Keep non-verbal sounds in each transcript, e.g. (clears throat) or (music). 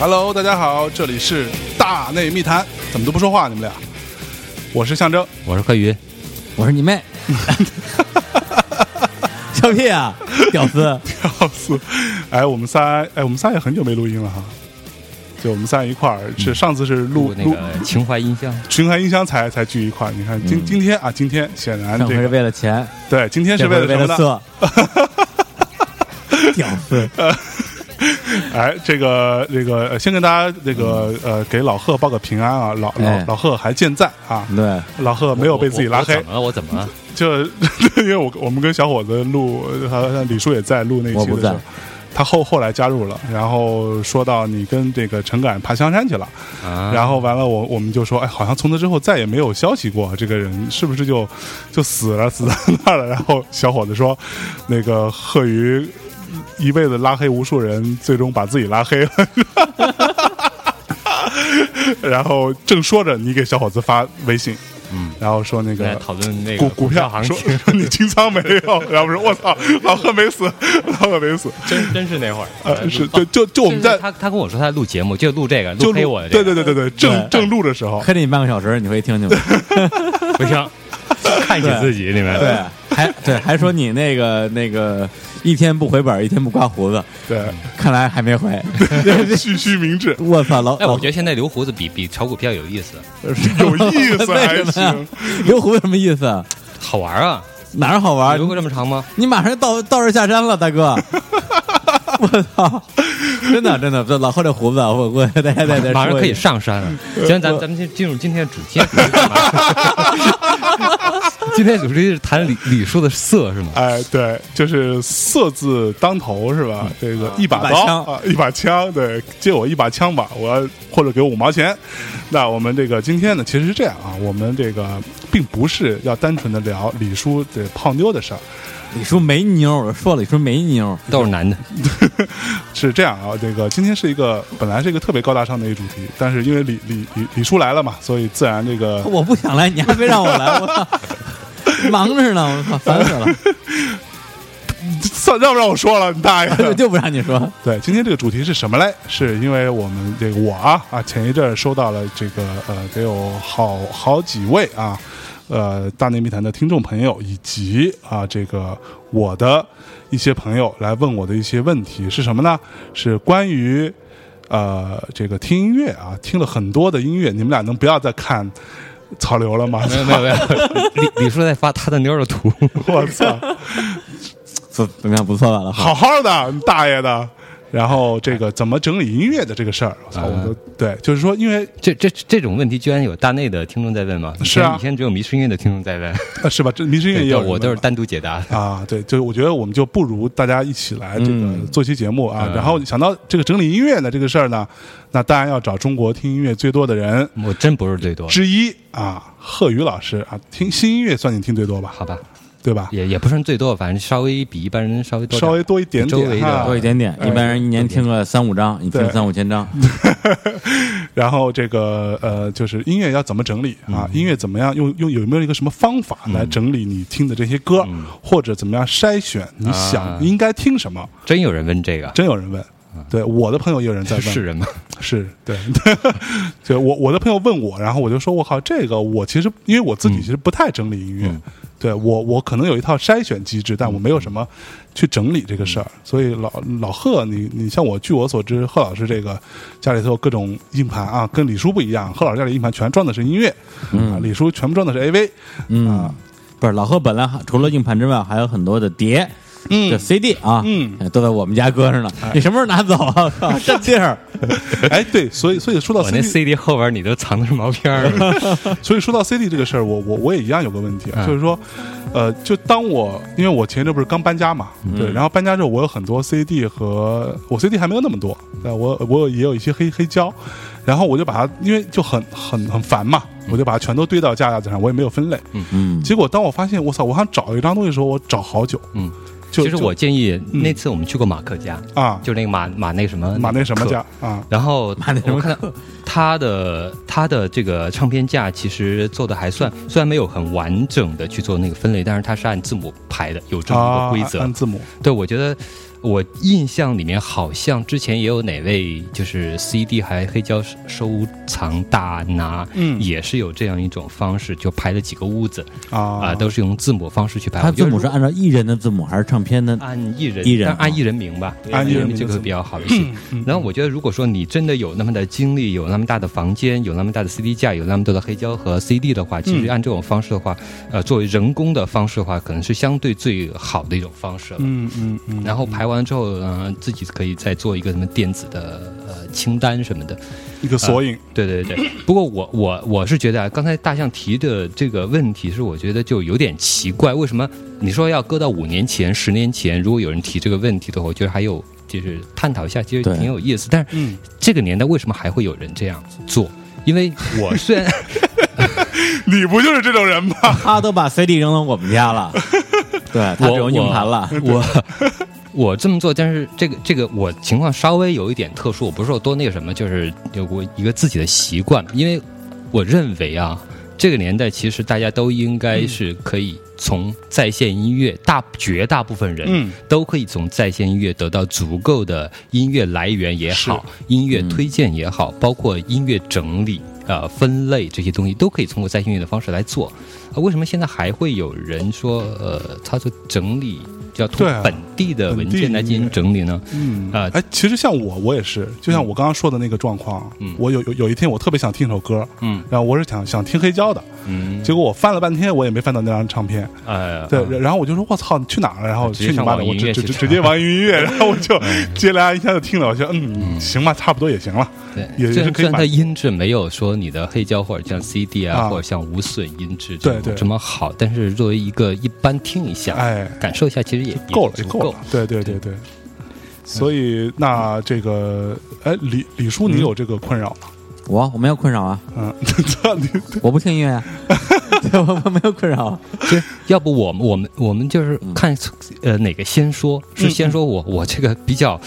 Hello，大家好，这里是大内密谈，怎么都不说话，你们俩，我是象征， (laughs) 我是柯宇，我是 (laughs) 你妹，笑屁啊，屌丝！屌丝，哎，我们仨，哎，我们仨也很久没录音了哈，就我们仨一块儿，嗯是上次是录录那个情怀音箱，群环音箱才才聚一块儿，你看今今天啊，今天显然嗯上这回是个为了钱，对，今天是这回为是了为什么呢了？色，屌丝，哎，这个这个，呃先跟大家这个呃，给老贺报个平安啊，老老哎嗯老贺还健在啊，对，老贺没有被自己拉我黑我，我怎么了？我怎么了？就 (laughs) 因为我我们跟小伙子录，他李叔也在录那期的我时候，不在他后后来加入了，然后说到你跟这个陈敢爬香山去了，啊然后完了我我们就说，哎，好像从此之后再也没有消息过，这个人是不是就就死了，死在那儿了？然后小伙子说，那个贺鱼一辈子拉黑无数人，最终把自己拉黑了。 (laughs) 然后正说着，你给小伙子发微信，嗯，然后说那在个讨论那个股股票行说情，说你清仓没有？然后我说我操，老贺没死，老贺没死，真真是那会儿，呃，是哎就就就就我们在他他跟我说他在录节目，就录这个，就录黑录我的这对个，对对对对，正正录的时 (laughs) 候，黑了你半个小时，你回去听听吧。不 (laughs) 行，看起自己你们对，还对还说你那个那个一天不回本，一天不刮胡子，对，看来还没回。虚虚明志，我操，老哎，我老觉得现在留胡子比比炒股票有意思，有意 (laughs) 思还为什么行呀，留胡子什么意思啊？好玩啊！哪儿好玩留？过这么长吗？你马上到到这下山了，大哥。我操！真的真的，这老贺这胡子啊，我我大家再再马上说可以一下。上 (laughs) 山了。行，咱咱们先进入今天的主题。 (laughs) 今天主题是谈李李叔的色是吗？哎，对，就是色字当头是吧？这个一把一把刀枪啊，一把枪，对，借我一把枪吧，我要或者给我五毛钱。那我们这个今天呢，其实是这样啊，我们这个并不是要单纯的聊李叔这泡妞的事儿，李叔没妞，我说了，李叔没妞。都是男的，是这样啊，这个今天是一个本来是一个特别高大上的一个主题，但是因为李李李李叔来了嘛，所以自然这个我不想来，你还非让我来，我操！忙着呢，我操，烦死了， (laughs) 算让不让我说了，你大爷！ (laughs) 就就不让你说。对，今天这个主题是什么嘞？是因为我们这个我啊啊，前一阵儿收到了这个呃，得有好好几位啊，呃，大内密谈的听众朋友以及啊，这个我的一些朋友来问我的一些问题是什么呢？是关于呃，这个听音乐啊，听了很多的音乐，你们俩能不要再看潮流了吗？没有没有没有。 (laughs) 李李叔在发他的妞的图，我操！怎怎么样？不错吧，(laughs) 老贺？好好的，你大爷的。然后这个怎么整理音乐的这个事儿，我操，我都对，就是说，因为这这这种问题居然有大内的听众在问吗？以前是啊以前只有迷失音乐的听众在问，呃 (laughs) 是吧，这迷之音乐也有 (laughs) 对我人都问是单独解答。啊，对，就是我觉得我们就不如大家一起来这个做期节目啊。嗯然后想到这个整理音乐呢这个事儿呢，那当然要找中国听音乐最多的人我真不是最多，之一啊，贺宇老师啊，听新音乐算你听最多吧，好吧，对吧？也也不算最多，反正稍微比一般人稍微多点，稍微多一点周点围的哈，多一点点，一般人一年听个三五张，你听对三五千张，然后这个呃，就是音乐要怎么整理嗯啊？音乐怎么样用用有没有一个什么方法来整理你听的这些歌，或者怎么样筛选你想嗯啊应该听什么？真有人问这个，真有人问，对我的朋友也有人在问，是人吗？是对， (laughs) 就我我的朋友问我，然后我就说我靠，这个我其实因为我嗯自己其实不太整理音乐，对我我可能有一套筛选机制，但我嗯没有什么去整理这个事儿，所以老老贺，你你像我，据我所知，贺老师这个家里头有各种硬盘啊，跟李叔不一样，贺老师家里硬盘全装的是音乐，嗯啊，李叔全部装的是 AV，嗯，不是老贺本来还除了硬盘之外，还有很多的碟，嗯，这 CD 啊，嗯，都在我们家搁着呢。你什么时候拿走啊？ (laughs) 我靠，占地儿，哎，对，所以所以说到我那 CD CD 后边你都藏的是毛片儿，所以说到 CD 这个事儿，我我我也一样有个问题，啊，嗯就是说，呃，就当我因为我前一阵不是刚搬家嘛，嗯对，然后搬家之后我有很多 CD 和我 CD 还没有那么多，但我我也有一些黑黑胶，然后我就把它，因为就很很很烦嘛，嗯我就把它全都堆到架子上，我也没有分类，嗯，结果当我发现我操，我想找一张东西的时候，我找好久，嗯， (laughs) 就其实就嗯我建议那次我们去过马克家，啊，就那个马马那什么马那什么克家啊，然后买那什么我看到他的他的这个唱片架其实做的还算，虽然没有很完整的去做那个分类，但是它是按字母排的，有这么一啊个规则。按字母对，我觉得我印象里面好像之前也有哪位就是 CD 还黑胶收藏大拿，嗯也是有这样一种方式，就排了几个屋子啊、啊，都是用字母方式去排。他我觉字得母是按照艺人的字母还是唱片 (laughs) 的？按艺人，艺人但按啊艺人名吧，按艺人名这字个比较好一些。嗯然后我觉得，如果说你真的有那么的精力，有那么大的房间，有那么大的 CD 架，有那么多的黑胶和 CD 的话，其实按这种方式的话，呃，作为人工的方式的话，可能是相对最好的一种方式了。嗯嗯嗯，然后排完之后，嗯、自己可以再做一个什么电子的呃清单什么的，一呃个索引对对对，不过我我我是觉得啊，刚才大象提的这个问题是，我觉得就有点奇怪，为什么你说要搁到五年前、十年前，如果有人提这个问题的话，我觉得还有就是探讨一下，其实对挺有意思。但是 (laughs) 嗯这个年代为什么还会有人这样做？因为我虽然你不就是这种人吗？他都把 CD 扔到我们家 (laughs) 了，对他只有硬盘了。我我这么做，但是这个这个我情况稍微有一点特殊，我不是说多那个什么，就是有我一个自己的习惯，因为我认为啊，这个年代其实大家都应该是可以从在线音乐，大绝大部分人嗯都可以从在线音乐得到足够的音乐来源也好，音乐推荐也嗯好，包括音乐整理。呃，分类这些东西都可以通过在线音乐的方式来做，啊、为什么现在还会有人说，呃，他说整理就要通对啊过本地的文件来进行整理呢？嗯啊哎，其实像我，我也是，就像我刚刚说的那个状况，嗯我有有有一天我特别想听一首歌，嗯然后我是想想听黑胶的，嗯，结果我翻了半天，我也没翻到那张唱片，呃，对，然然后我就说我操，你去哪儿了？然后直去接你上妈的，网我易直音乐直去嗯直查直接网易云音 (laughs) 乐，然后我就接来一下就听了，我觉得嗯，行吧，差不多也行了，也对，是呃虽可以然虽然把它音质没有说你的黑胶或者像 CD 啊，啊或者像无损音质这种对对这么好，但是作为一个一般听一下，哎感受一下，其实也够了也就够足够了。，对对对对。所以那这个，哎，李李叔，嗯你有这个困扰吗？我我没有困扰啊，嗯， (laughs) 操你我不听音乐 (laughs) 啊，对我我没有困扰啊。其实要不我们我们我们就是看呃哪个先说，是先说嗯我我这个比较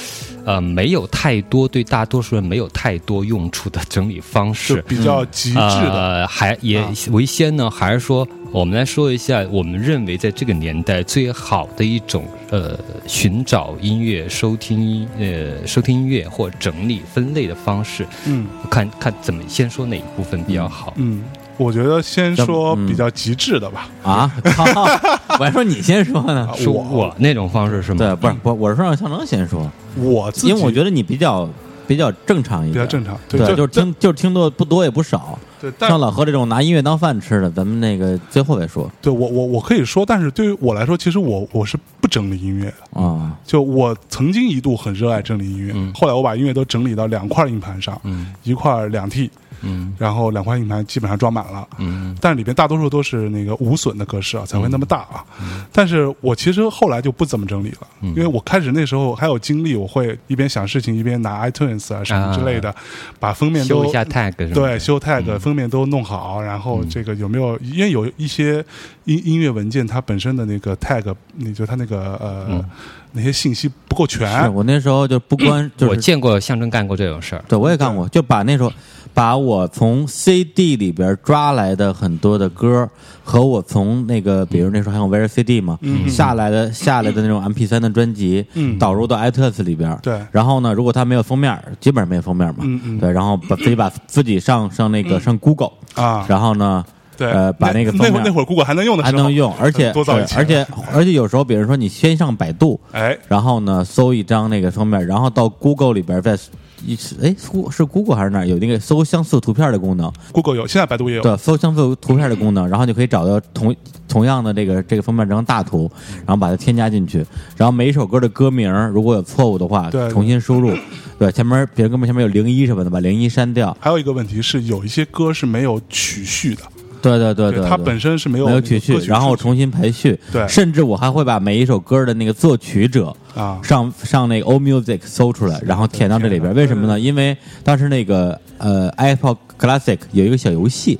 呃没有太多对大多数人没有太多用处的整理方就式，比较极致的，呃，还也啊为先呢，还是说我们来说一下，我们认为在这个年代最好的一种呃寻找音乐、收听音呃收听音乐或整理分类的方式，嗯看看怎么先说哪一部分比较好。嗯，我觉得先咱们说嗯比较极致的吧。 (laughs) 啊，靠！我还说你先说呢啊。是我我那种方式是吗？嗯对，不是不，我是让向征先说，我自己因为我觉得你比较比较正常一比点，较正常，对，就就是听就是听的不多也不少。对，但像老何这种拿音乐当饭吃的，咱们那个最后再说对我我我可以说，但是对于我来说，其实我我是不整理音乐的。啊。就我曾经一度很热爱整理音乐，嗯后来我把音乐都整理到两块硬盘上，嗯一块两 T，嗯然后两块硬盘基本上装满了。嗯但里边大多数都是那个无损的格式啊，才嗯会那么大啊。但是我其实后来就不怎么整理了，嗯因为我开始那时候还有精力，我会一边想事情一边拿 iTunes 啊什么之类的，把封面嗯，都修一下 tag 是吗？对，修 tag 嗯封面都弄好，然后这个有没有？因为有一些音音乐文件，它本身的那个 tag，你就它那个呃、那些信息不够嗯是全，我那时候就不光 (coughs) 就我是，见过象征干过这种事儿。对我也干过，就把那时候把我从 CD 里边抓来的很多的歌和我从那个，比如那时候还有 v e r CD 嘛，下来的下来的那种 MP3 的专辑，嗯导入到 iTunes 里边，对然后呢，如果它没有封面，基本上没有封面嘛，嗯嗯嗯对，然后把自己把自己上上那个上 Google，啊，然后呢，对，呃，把那个封那会面儿那会儿 Google 还能用的还时候能用，而且多造一对而且而且有时候，比如说你先上百度，哎，然后呢搜一张那个封面，然后到 Google 里边再一哎，Goo- 是 Google 还是哪儿有那个搜相似图片的功能？ Google 有，现在百度也有，对，搜相似图片的功能，然后你可以找到同同样的这个这个封面这张大图，然后把它添加进去，然后每一首歌的歌名如果有错误的话对，重新输入。对，前面别人歌名前面有零一什么的，把零一删掉。还有一个问题是，有一些歌是没有曲序的，对对对对，它对本身是没有没那有个曲序歌，然后顺我序重新排序，对甚至我还会把每一首歌的那个作曲者啊上上那个 O Music 搜出来，然后填到这里边。为什么呢？因为当时那个呃 iPod Classic 有一个小游戏，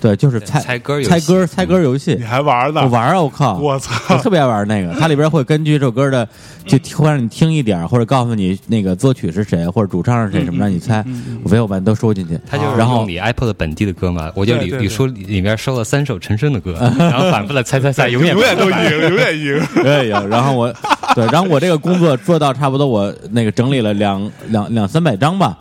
对，就是对猜猜歌游戏猜歌猜歌游戏你，还玩呢？我玩啊，我靠，嗯我操我特别爱玩那个，它里边会根据这首歌 (laughs) 的，就会让你听一点儿，或者告诉你那个作曲是谁，或者主唱是嗯谁，什么让你猜，我非要把你都收进去。他就是啊然后用你 Apple 的本地的歌嘛，我就对李对李对叔里面收了三首陈升的歌，然后反复的猜猜猜，永远 (laughs) 永不远都赢，永远赢。 (laughs) 对，有。哎然后我，对，然后我这个工作做到差不多，我那个整理了两两两三百张吧，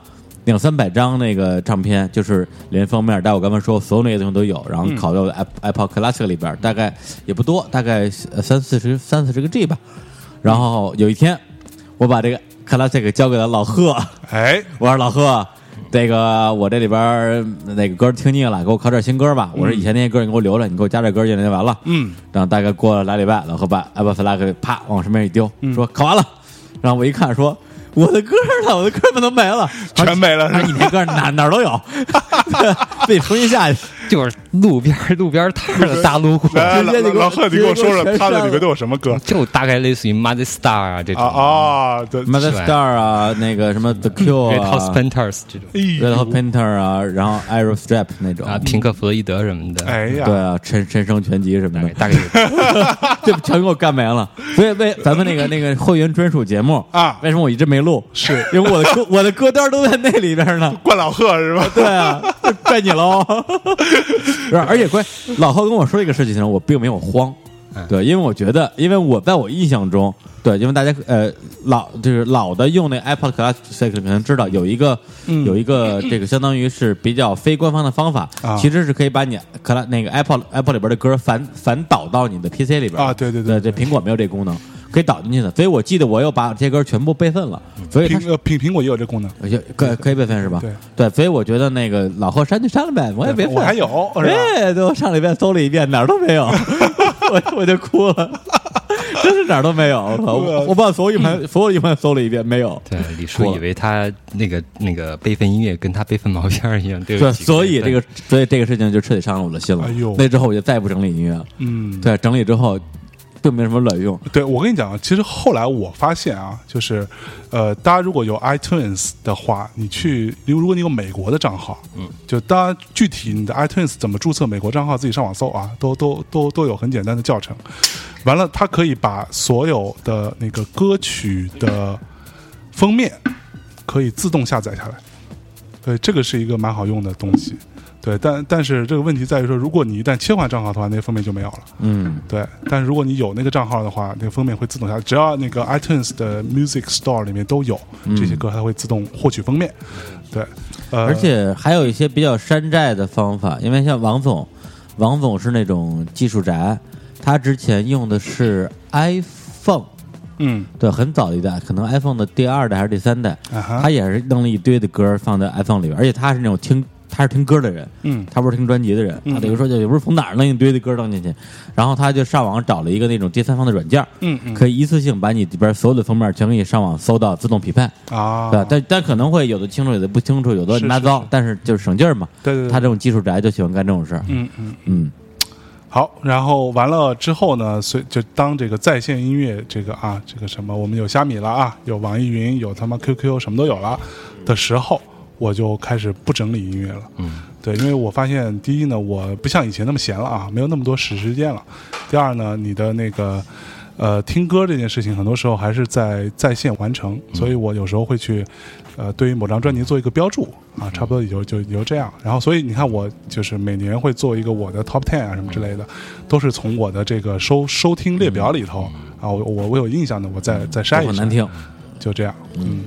两三百张那个唱片，就是连封面，但我刚才说所有那些东西都有，然后拷到 i iPod Classic 里边，大概也不多，大概呃三四十三四十个 G 吧。然后有一天，我把这个 Classic 交给了老贺，哎，我说老贺。这个我这里边儿那个歌听腻了，给我拷点新歌吧。我说以前那些歌你给我留着，你给我加点歌进来就完了。嗯，然后大概过了俩礼拜，老何把 Apple Flag 啪往身边一丢，说考完了。然后我一看说。我的歌呢？我的歌怎么都没了？全没了是吧他说你那歌哪哪儿都有， (laughs) 自己重新下去。就是路边路边摊儿的大路货，来直来接来就给我老贺，你给我说说直接给我他全删的里面了都有什么歌 (laughs) 就大概类似于 Mother Star 啊这啊种啊？对，是 Mother 吧 Star 啊，那个什么 The Red Cure Hot 啊 Panthers 这种哎呦，Red Hot Painter 啊，然后 Aero Strap 那种啊，平克·弗洛伊德什么的，哎呀，对啊，陈陈升全集什么大的概，大概有 (laughs) 这全给我干没了。所以为咱们那个那个会员专属节目啊为什么我一直没录？是因为我的歌我的歌单都在那里边呢。冠老贺是吧？对啊，怪你 (laughs) 喽。是而且关老何跟我说这个事情呢，我并没有慌。哎对，因为我觉得，因为我在我印象中，对，因为大家呃老就是老的用那 iPod Classic 可能知道有一个、嗯有 (clears throat) 一个这个相当于是比较非官方的方法，啊其实是可以把你可拉那个 iPod iPod 里边的歌反反导到你的 PC 里边啊对对对对，这苹果没有这功能，可以导进去的。所以我记得我又把这些歌全部备份了，所以它苹呃苹苹果也有这功能，有可可以备份是吧？对所以我觉得那个老贺删就删了呗，我也别我还有是吧？哎，对，我上礼拜搜了一遍，哪儿都没有， (laughs) 我我就哭了，真是哪儿都没 (laughs) 有。我操我我把所有硬盘所有硬盘搜了一遍，没有。对，李叔以为他那个那个备份音乐跟他备份毛片儿一样，对对，不起，所以这个所以这个事情就彻底伤了我的心了。哎呦那之后我就再也不整理音乐了。嗯，对，整理之后并没什么卵用。对，我跟你讲啊，其实后来我发现啊，就是，呃，大家如果有 iTunes 的话，你去，如如果你有美国的账号，嗯，就大家具体你的 iTunes 怎么注册美国账号，自己上网搜啊，都都都都有很简单的教程。完了，它可以把所有的那个歌曲的封面可以自动下载下来，对，这个是一个蛮好用的东西。对，但但是这个问题在于说，如果你一旦切换账号的话，那封面就没有了。嗯，对，但如果你有那个账号的话，那个封面会自动下，只要那个 iTunes 的 Music Store 里面都有这些歌，它会自动获取封面。对，呃，嗯而且还有一些比较山寨的方法，因为像王总，王总是那种技术宅，他之前用的是 iPhone。嗯，对，很早的一代，可能 iPhone 的第二代还是第三代，啊哈他也是弄了一堆的歌放在 iPhone 里边，而且他是那种听他是听歌的人，嗯他不是听专辑的人，他等于说就也不是从哪儿弄一堆的歌弄进去，然后他就上网找了一个那种第三方的软件，嗯嗯可以一次性把你里边所有的封面全给你上网搜到自动匹配。啊，对，但但可能会有的清楚，有的不清楚，有的乱七八糟，但是就是省劲儿嘛。对对对他这种技术宅就喜欢干这种事儿。嗯嗯。嗯，好，然后完了之后呢，随就当这个在线音乐这个啊，这个什么，我们有虾米了啊，有网易云，有他妈 QQ，什么都有了的时候，我就开始不整理音乐了。嗯，对，因为我发现，第一呢，我不像以前那么闲了啊，没有那么多时时间了；第二呢，你的那个呃听歌这件事情，很多时候还是在在线完成，所以我有时候会去呃，对于某张专辑做一个标注啊，差不多也就就也就这样。然后，所以你看，我就是每年会做一个我的 top ten 啊什么之类的，都是从我的这个收收听列表里头啊，我我我有印象的，我再再都筛一很难筛，听。就这样。嗯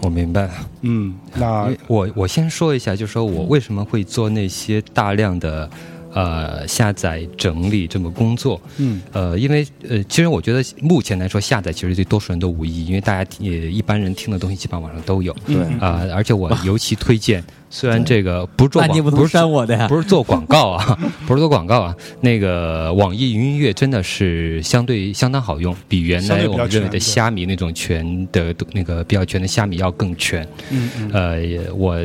我明白了。嗯，那我我先说一下，就说嗯我为什么会做那些大量的呃下载整理这么工作。嗯呃，因为呃，其实我觉得目前来说，下载其实对多数人都无益，因为大家也一般人听的东西基本上网上都有。嗯对，啊、而且我尤其推荐，虽然这个不是做那广你不不能是做删我的呀？不是做广告啊， (laughs) 不是做广告啊。那个网易云音乐真的是相对相当好用，比原相对来比较我们认为全对的虾米那种全的那个比较全的虾米要更全。嗯嗯呃，也我。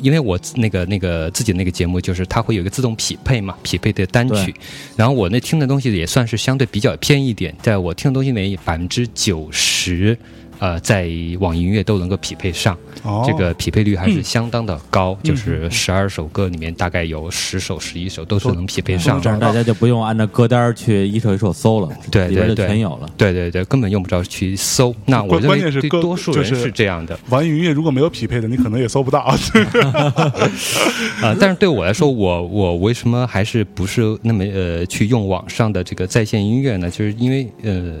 因为我那个那个自己那个节目，就是它会有一个自动匹配嘛，匹配的单曲对。然后我那听的东西也算是相对比较偏一点，在我听的东西里，百分之九十呃，在网易音乐都能够匹配上，哦，嗯这个匹配率还是相当的高，就是十二首歌里面大概有十首、十一首都是能匹配上都的。能找大家就不用按照歌单儿去一首一首搜了，对里边对就对全有了。对对对，根本用不着去搜。那我关认关键为是对歌多数就人是是这样的。网易云音乐如果没有匹配的，你可能也搜不到。 (laughs) 呃，但是对我来说，我我为什么还是不是那么呃去用网上的这个在线音乐呢？就是因为呃，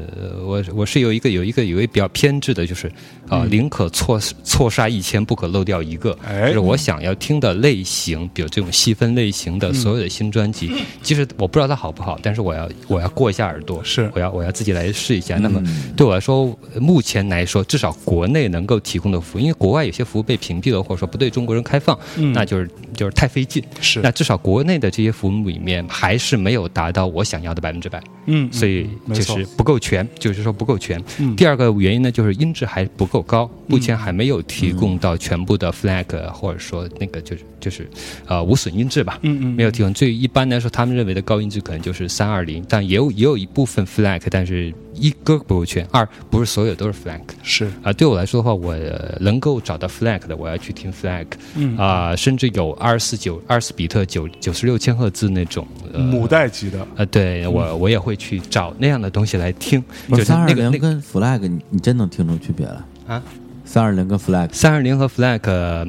我我是有一个有一个有一个比较偏执的，就是呃，宁可错错杀一千，不可漏掉一个。嗯哎就是我想要听的类型，比如这种细分类型嗯的所有的新专辑，即使我不知道它好不好，但是我要我要过一下耳朵，是嗯我要我要自己来试一下。那么嗯对我来说，呃目前来说，至少国内能够提供的服务，因为国外有些服务被屏蔽了，或者说不对中国人开放，嗯那就是就是太费劲。 (laughs) 是那至少国内的这些服务里面，还是没有达到我想要的百分之百，嗯，所以没就错是不够全，就是说不够全。嗯第二个原因呢，就是音质还不够高，目前还没有提供到全部的 flag，或者说那个就是就是呃无损音质吧。嗯嗯，没有提供，最一般来说，他们认为的高音质可能就是三二零，但也有也有一部分 flag，但是一歌不够全，二不是所有都是 flag。是啊、对我来说的话，我呃能够找到 flag 的，我要去听 flag，嗯啊、甚至有二四九、二四比特九九十六千赫兹那种，呃，嗯母带级的，呃，对我我也会去找那样的东西来听，不就是是三二那个零那个跟 flag，你你真能听出区别来？啊，三二零跟 flag，三二零和 flag，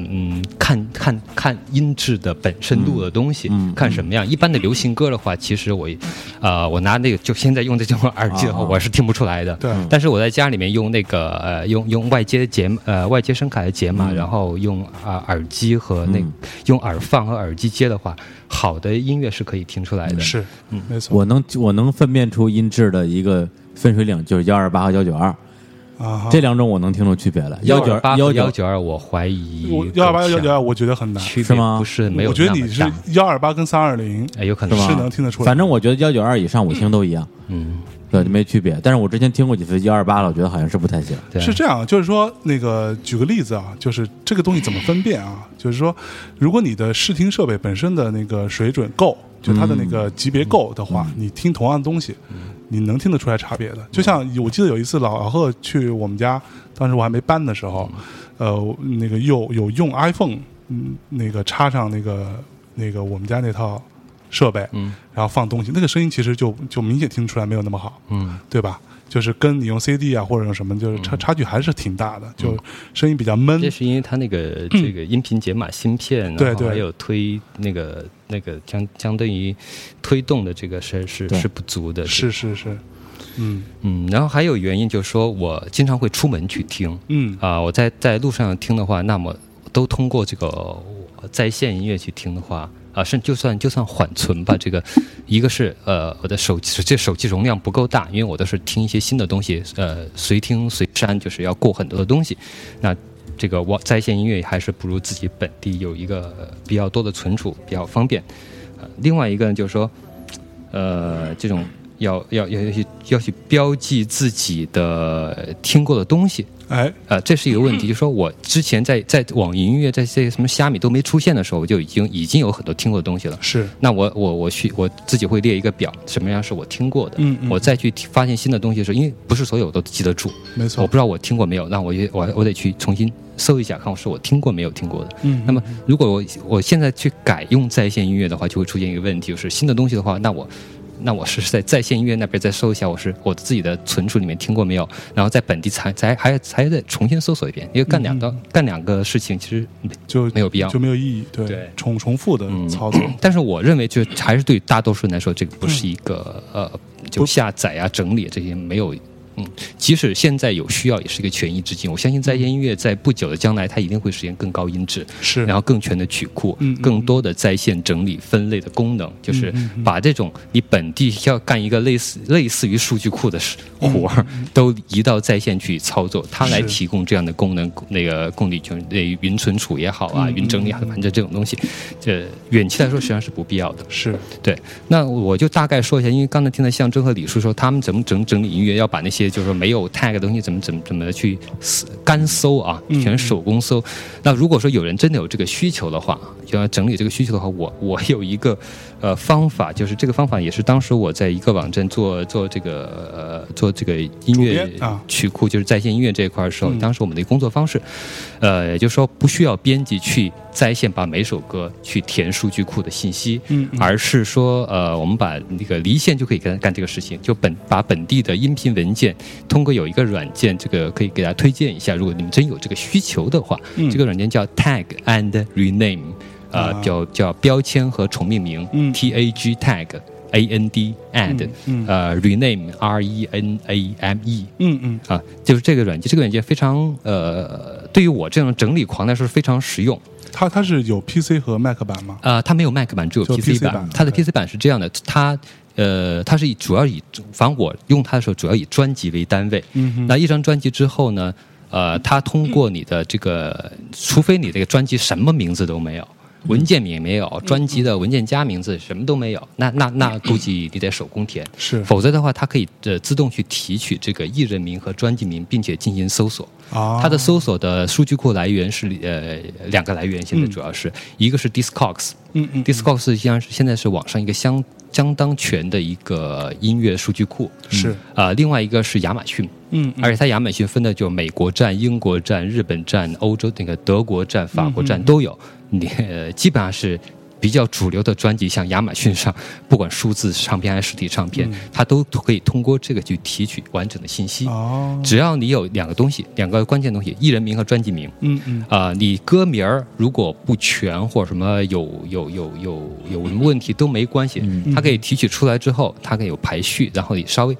嗯，看看看音质的本身度的东西，嗯嗯看什么样。一般的流行歌的话，其实我，呃，我拿那个就现在用这种耳机的话，啊啊我是听不出来的。对，但是我在家里面用那个呃，用用外接解码呃外接声卡的解码，然后用啊、耳机和那、嗯用耳放和耳机接的话，好的音乐是可以听出来的。是，没错我能我能分辨出音质的一个分水岭，就是幺二八和幺九二啊哈。这两种，我能听出区别来。幺九九八和幺幺九九二，我怀疑我幺二八幺幺二二，我觉得很难。区是别吗不是没有我觉得那你么是大，幺二八跟三二零哎，有可能是吗是能听得出来。反正我觉得幺九二以上我听都一样，嗯。对，没区别。但是我之前听过几次幺二八了，我觉得好像是不太行。对是这样，就是说，那个举个例子啊，就是这个东西怎么分辨啊？就是说，如果你的视听设备本身的那个水准够，就它的那嗯个级别够的话，你听同样的东西，你能听得出来差别嗯的。就像我记得有一次老贺去我们家，当时我还没搬的时嗯候，呃，那个有有用 iPhone，嗯，那个插上那个那个我们家那套设备，嗯然后放东西，那个声音其实就就明显听出来没有那么好。嗯对吧？就是跟你用 CD 啊或者用什么，就是差差距还是挺大嗯的，就声音比较闷这。是因为它那个这个音频解码芯片，嗯对然后对还有推那个那个相相当于推动的这个是是对是不足的，是是是，嗯嗯，然后还有原因就是说我经常会出门去听嗯啊、我在在路上听的话，那么都通过这个在线音乐去听的话。啊，甚就算就算缓存吧，这个一个是呃我的手机这手机容量不够大，因为我都是听一些新的东西，呃随听随删，就是要过很多的东西。那这个网在线音乐还是不如自己本地有一个呃比较多的存储比较方便。呃，另外一个呢，就是说，呃，这种要要要要去要去标记自己的呃听过的东西，哎呃，这是一个问题，就是说我之前在在网易音乐在这些什么虾米都没出现的时候，我就已经已经有很多听过的东西了。是那我我我去我自己会列一个表，什么样是我听过的，嗯嗯我再去发现新的东西的时候，因为不是所有我都记得住，没我错不。知道我听过没有，那我就我我得去重新搜一下，看我是我听过没有听过的。嗯那么如果我我现在去改用在线音乐的话，就会出现一个问题，就是新的东西的话，那我那我是在在线音乐那边再搜一下，我是我自己的存储里面听过没有，然后在本地才才还还得重新搜索一遍，因为干两个、干两个事情其实嗯就没有必要就没有意义，对对，嗯重重复的操 (clears throat) 作，但是我认为，就还是对大多数人来说，这个不是一个、呃，就下载啊、整理这些没有。嗯，即使现在有需要，也是一个权宜之计。我相信在线音乐在不久的将来，它一定会实现更高音质，是然后更全的曲库嗯嗯，嗯更多的在线整理分类的功能，就是把这种你本地要干一个类似类似于数据库的事活儿，都移到在线去操作，它来嗯是提供这样的功能，那个供你就是那云存储也好啊，云整理啊，反正这种东西，这远期来说实际上是不必要的。是对，那我就大概说一下，因为刚才听到象征和李叔说，他们怎么整整理音乐，要把那些就是说没有 tag 的东西怎么怎么怎么去搜干搜啊，全手工搜。那如果说有人真的有这个需求的话，就要整理这个需求的话，我我有一个呃方法，就是这个方法也是当时我在一个网站做做这个呃做这个音乐主编啊嗯曲库，就是在线音乐这一块的时候，当时我们的一个工作方式，呃，也就是说不需要编辑去在线把每首歌去填数据库的信息，嗯嗯而是说呃，我们把那个离线就可以干干这个事情，就本把本地的音频文件通过有一个软件，这个可以给大家推荐一下，如果你们真有这个需求的话，这个软件叫 Tag and Rename，呃，嗯啊叫叫标签和重命名、嗯 t A G Tag。A N D and、嗯呃 rename R E N A M E 嗯嗯啊，就是这个软件，这个软件非常呃，对于我这种整理狂来说是非常实用。它它是有 PC 和 Mac 版吗？呃，它没有 Mac 版，只有只有 PC PC 版版。它的 OK PC 版是这样的，它呃，它是以主要以，反正我用它的时候主要以专辑为单位。嗯哼那一张专辑之后呢，呃，它通过你的这个，除非你这个专辑什么名字都没有。文件名也没有，专辑的文件夹名字什么都没有，那那那估计你得手工填，是否则的话，它可以呃自动去提取这个艺人名和专辑名，并且进行搜索。啊，它的搜索的数据库来源是呃两个来源，现在主要是、一个是 Discogs，嗯嗯 Discogs 实际上是现在是网上一个相相当全的一个音乐数据库，是啊、另外一个是亚马逊，嗯嗯而且它亚马逊分的就美国站、英国站、日本站、欧洲那个德国站、法国嗯站都有，你、呃基本上是。比较主流的专辑，像亚马逊上，不管数字唱片还是实体唱片，它都可以通过这个去提取完整的信息。嗯哦，只要你有两个东西，两个关键东西，艺人名和专辑名，嗯嗯啊、你歌名儿如果不全或者什么有有有有有什么问题都没关系，嗯它可以提取出来之后，它可以有排序，然后你稍微。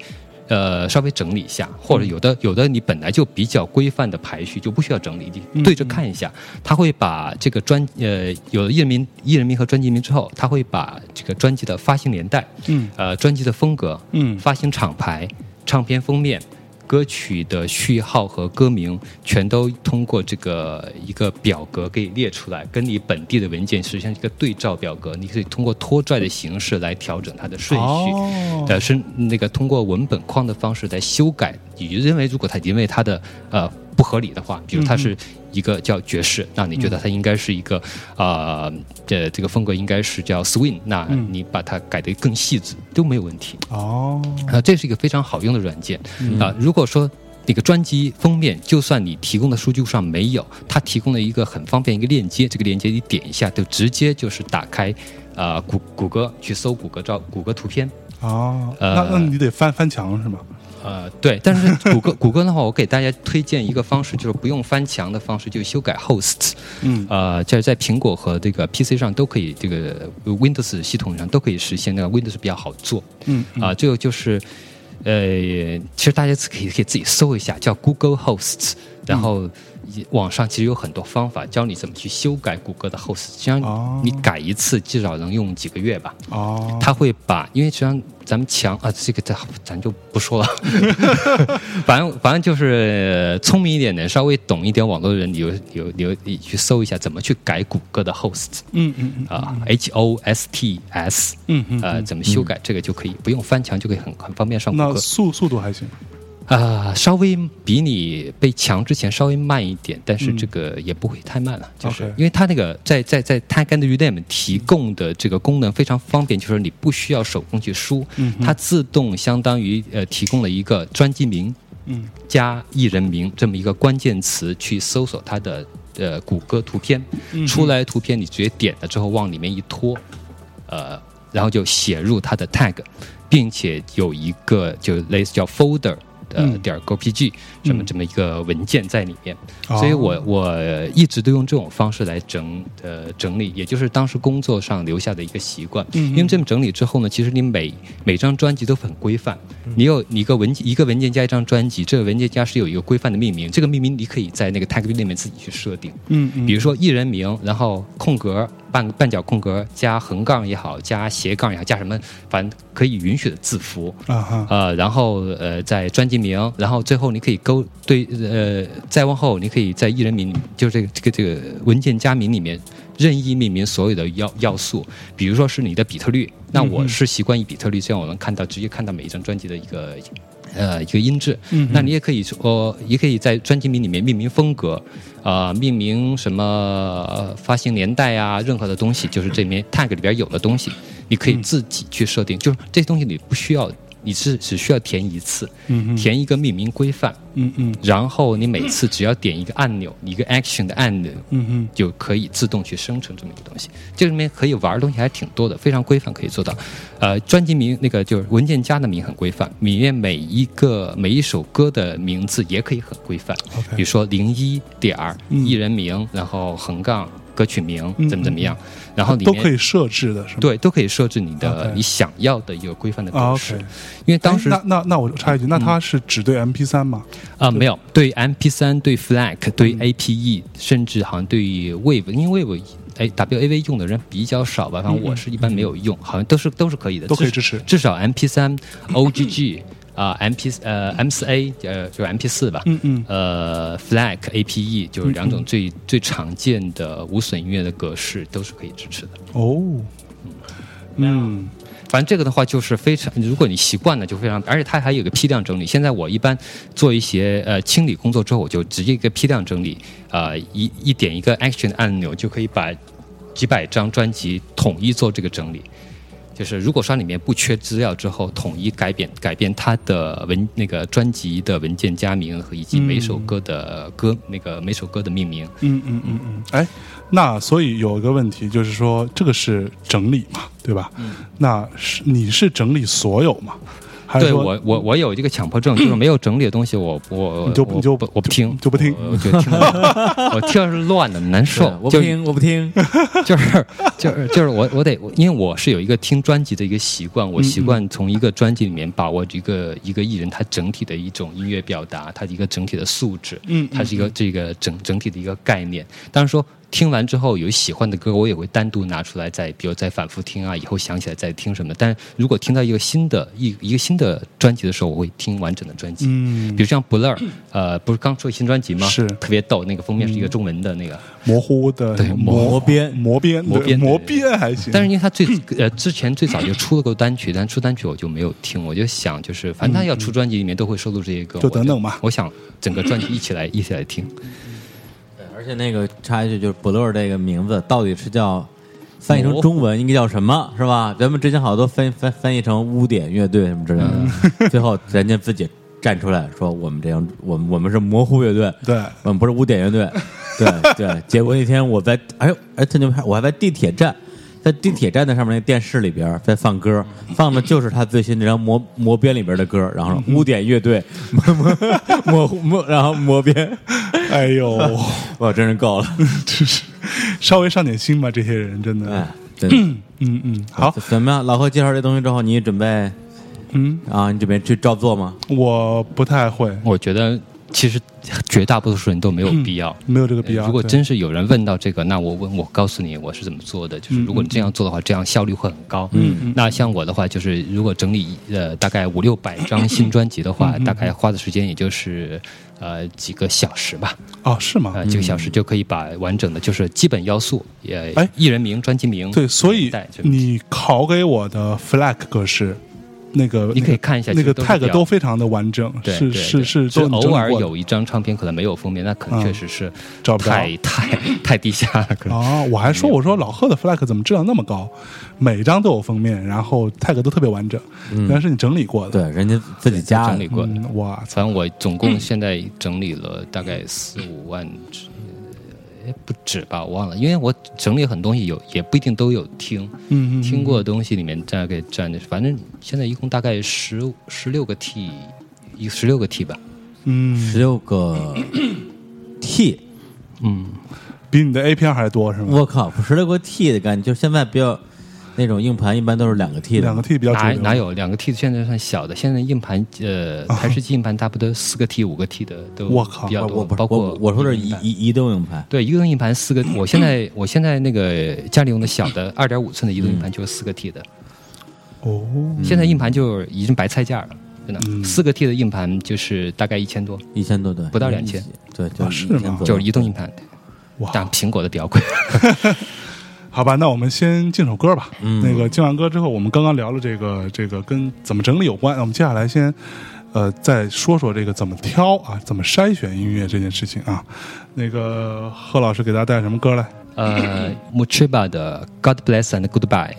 呃，稍微整理一下，或者有的有的你本来就比较规范的排序就不需要整理，你对着看一下，嗯它会把这个专呃有了艺人名、艺人名和专辑名之后，它会把这个专辑的发行年代、嗯呃专辑的风格、嗯发行厂牌、唱片封面、歌曲的序号和歌名，全都通过这个一个表格给你列出来，跟你本地的文件实际上是一个对照表格，你可以通过拖拽的形式来调整它的顺序。哦呃，是那个通过文本框的方式来修改。你认为如果它因为它的呃不合理的话，比如它是一个叫爵士，那你觉得它应该是一个呃这这个风格应该是叫 swing，那你把它改得更细致都没有问题。哦，啊，这是一个非常好用的软件啊。如果说那个专辑封面，就算你提供的数据库上没有，它提供了一个很方便一个链接，这个链接你点一下，就直接就是打开啊、呃谷谷歌去搜谷歌照谷歌图片。哦，呃那那你得翻翻墙是吗？呃，对，但是谷歌谷歌的话，我给大家推荐一个方式，就是不用翻墙的方式，就修改 host。嗯呃，就是在苹果和这个 PC 上都可以，这个 Windows 系统上都可以实现。那个 Windows 比较好做。嗯啊、这个就是，呃，其实大家可以可以自己搜一下，叫 Google Hosts，然嗯后也网上其实有很多方法教你怎么去修改谷歌的 Host，实际哦上你改一次至少能用几个月吧。哦，他会把，因为实际上咱们强啊，这个咱咱就不 (laughs) 说了，反正反正就是呃聪明一点的，稍微懂一点网络的人，你有有有你去搜一下怎么去改谷歌的 host 嗯嗯嗯啊、h o s t s，嗯嗯呃，怎么修改这个就可以，不用翻墙就可以很很方便上谷那歌速速度还行，啊、稍微比你被强之前稍微慢一点，但是这个也不会太慢了，就是 OK 因为它那个在在在 Tag and Rename 提供的这个功能非常方便，就是你不需要手工去输，嗯它自动相当于呃提供了一个专辑名，嗯，加艺人名这么一个关键词去搜索它的呃谷歌图片，出来图片你直接点了之后往里面一拖，呃，然后就写入它的 tag，并且有一个就类似叫 folder 呃点儿 GPG 这么这么一个文件在里面，哦所以我我一直都用这种方式来整呃整理，也就是当时工作上留下的一个习惯。因为这么整理之后呢，其实你每每张专辑都很规范，你有你一个文一个文件夹一张专辑，这个文件夹是有一个规范的命名，这个命名你可以在那个 tag 里面自己去设定。嗯嗯比如说艺人名，然后空格半半角空格加横杠也好，加斜杠也好，加什么，反正可以允许的字符。啊哈，呃，然后呃，在专辑名，然后最后你可以勾对呃，再往后你可以在艺人名，就是这个这个这个文件夹名里面任意命名所有的要要素，比如说是你的比特率，那我是习惯于比特率，这样我能看到直接看到每一张专辑的一个呃一个音质。嗯，那你也可以说，也可以在专辑名里面命名风格，啊，命名什么呃发行年代啊，任何的东西，就是这面 tag 里边有的东西，你可以自己去设定。就是这些东西你不需要，你是只需要填一次，嗯填一个命名规范，嗯嗯然后你每次只要点一个按钮，一个 action 的按钮，嗯嗯就可以自动去生成这么一个东西。这里面可以玩的东西还挺多的，非常规范，可以做到。呃，专辑名那个就是文件夹的名很规范，里面每一个每一首歌的名字也可以很规范。 ，OK，比如说零一点儿嗯艺人名，然后横杠歌曲名嗯怎么怎么样，然后里都可面以设置的是吗？对都可以设置你的 OK 你想要的一个规范的啊格式。 ，OK。因为当时嗯哎那那那我插一句，那它是只对 MP 三吗？啊、没有对 MP 三、对 FLAC、对嗯 APE，、甚至好像对 Wave，因为 Wave 哎 WAV 用的人比较少吧，反正我是一般没有用，好像都是都呃是可以嗯的，都可以至支持至少 MP 三、OGG 啊、MP 呃 M 四 A 呃就是 MP 四吧，嗯嗯呃 FLAC、APE E，就是两种最、最常见的无损音乐的格式都是可以支持的。哦，嗯反正这个的话就是非常，如果你习惯了就非常，而且它还有个批量整理。现在我一般做一些呃清理工作之后，我就直接一个批量整理，呃一一点一个 action 按钮就可以把几百张专辑统一做这个整理。就是如果说里面不缺资料之后，统一改变改变它的文那个专辑的文件夹名和以及每首歌的歌、那个每首歌的命名。嗯嗯嗯嗯，哎，那所以有一个问题就是说，这个是整理嘛，对吧？嗯那是你是整理所有嘛？还是对说我我我有这个强迫症，就是没有整理的东西我，我你就我你就不我不听，就不听我我就听了，我听着是乱的，难受对。我不就听，我不听。 (laughs) 就是就是就是我我得，因为我是有一个听专辑的一个习惯，嗯我习惯从一个专辑里面把握一个一个艺人他整体的一种音乐表达，他的一个整体的素质，嗯嗯它是一个这个整整体的一个概念。当然说听完之后有喜欢的歌，我也会单独拿出来再，比如再反复听啊，以后想起来再听什么的。但如果听到一个新的一一个新的专辑的时候，我会听完整的专辑。嗯比如像 Blur，呃，不是刚出新专辑吗？是嗯特别逗，那个封面是一个中文的那个。模糊的对磨磨边磨边磨对边磨对边还行，但是因为他最嗯呃之前最早就出了过单曲，但出单曲我就没有听，我就想就是反正他要出专辑里面都会收录这些歌，就我等等吧我想整个专辑一起来一起来听，而且那个插一句，就是 Blur 这个名字到底是叫翻译成中文应该叫什么，是吧？咱们之前好多翻翻翻译成污点乐队什么之类的， (laughs) 最后人家自己站出来说我们这样，我们我们是模糊乐队，对我们不是污点乐队，对对。结果那天我在，哎哎，特牛排，我还在地铁站。在地铁站的上面那个电视里边在放歌，放的就是他最新那张《磨磨边》里边的歌，然后说污点乐队， (laughs) 磨磨磨磨，然后磨边， (laughs) 哎呦， (laughs) 我真是够了。真是稍微上点心吧，这些人真的，哎，对，嗯嗯，好，怎么样？老何介绍这东西之后，你准备嗯，啊，你准备去照做吗？我不太会，我觉得其实绝大多数人都没有必要。没有这个必要。哎如果对真是有人问到这个，那我问我告诉你我是怎么做的，嗯就是如果你这样做的话，这样效率会很高。嗯，那像我的话，就是如果整理呃大概五六百张新专辑的嗯话，大概花的时间也就是呃几个小时吧。哦，是吗？呃，几个小时就可以把完整的，就是基本要素，也哎艺人名、专辑名，对，所以带这个你拷给我的 flag 格式，那个你可以看一下那个其实都是 tag 这样都非常的完整，对是对是对是，就都偶尔整理过的嗯有一张唱片可能没有封面，那可能确实是找不着太太太地下了， (laughs) 可能。啊，我还说我说老贺的 flag 怎么质量那么高，每一张都有封面，然后 tag 都特别完整，原来是你整理过的。对，人家自己家整理嗯过的，嗯，哇操，反正我总嗯共现在整理了大概四五万只，哎不止吧，我忘了，因为我整理很多东西有，也不一定都有听，嗯嗯，听过的东西里面大概占的，反正现在一共大概十十六个 T，一十六个 T 吧，嗯，十六个 (clears throat) T，嗯，比你的 A 片还多是吗？我靠，十六个 T 的感觉，就是现在比较那种硬盘一般都是两个 T 的，两个 T 比较主哪流哪有两个 T 现在算小的？现在硬盘呃，台式机硬盘差不多四个 T、五个 T 的都啊我靠比较啊我多，不是包括我我说的是移移动硬盘移移动硬盘，对移动硬盘四个，我现在我现在那个家里用的小的二点五寸的移动硬嗯盘就是四个 T 的，哦，现在硬盘就是已经白菜价了，真嗯的，四个 T 的硬盘就是大概一千多，一千多对，不到2000，对，就啊是吗1000左右就是移动硬盘，哇但苹果的比较贵，好吧，那我们先进首歌吧。嗯那个进完歌之后，我们刚刚聊了这个这个跟怎么整理有关，那我们接下来先呃，再说说这个怎么挑啊，怎么筛选音乐这件事情啊。那个贺老师给大家带什么歌来？呃 m u c h i b a 的《God Bless and Goodbye》。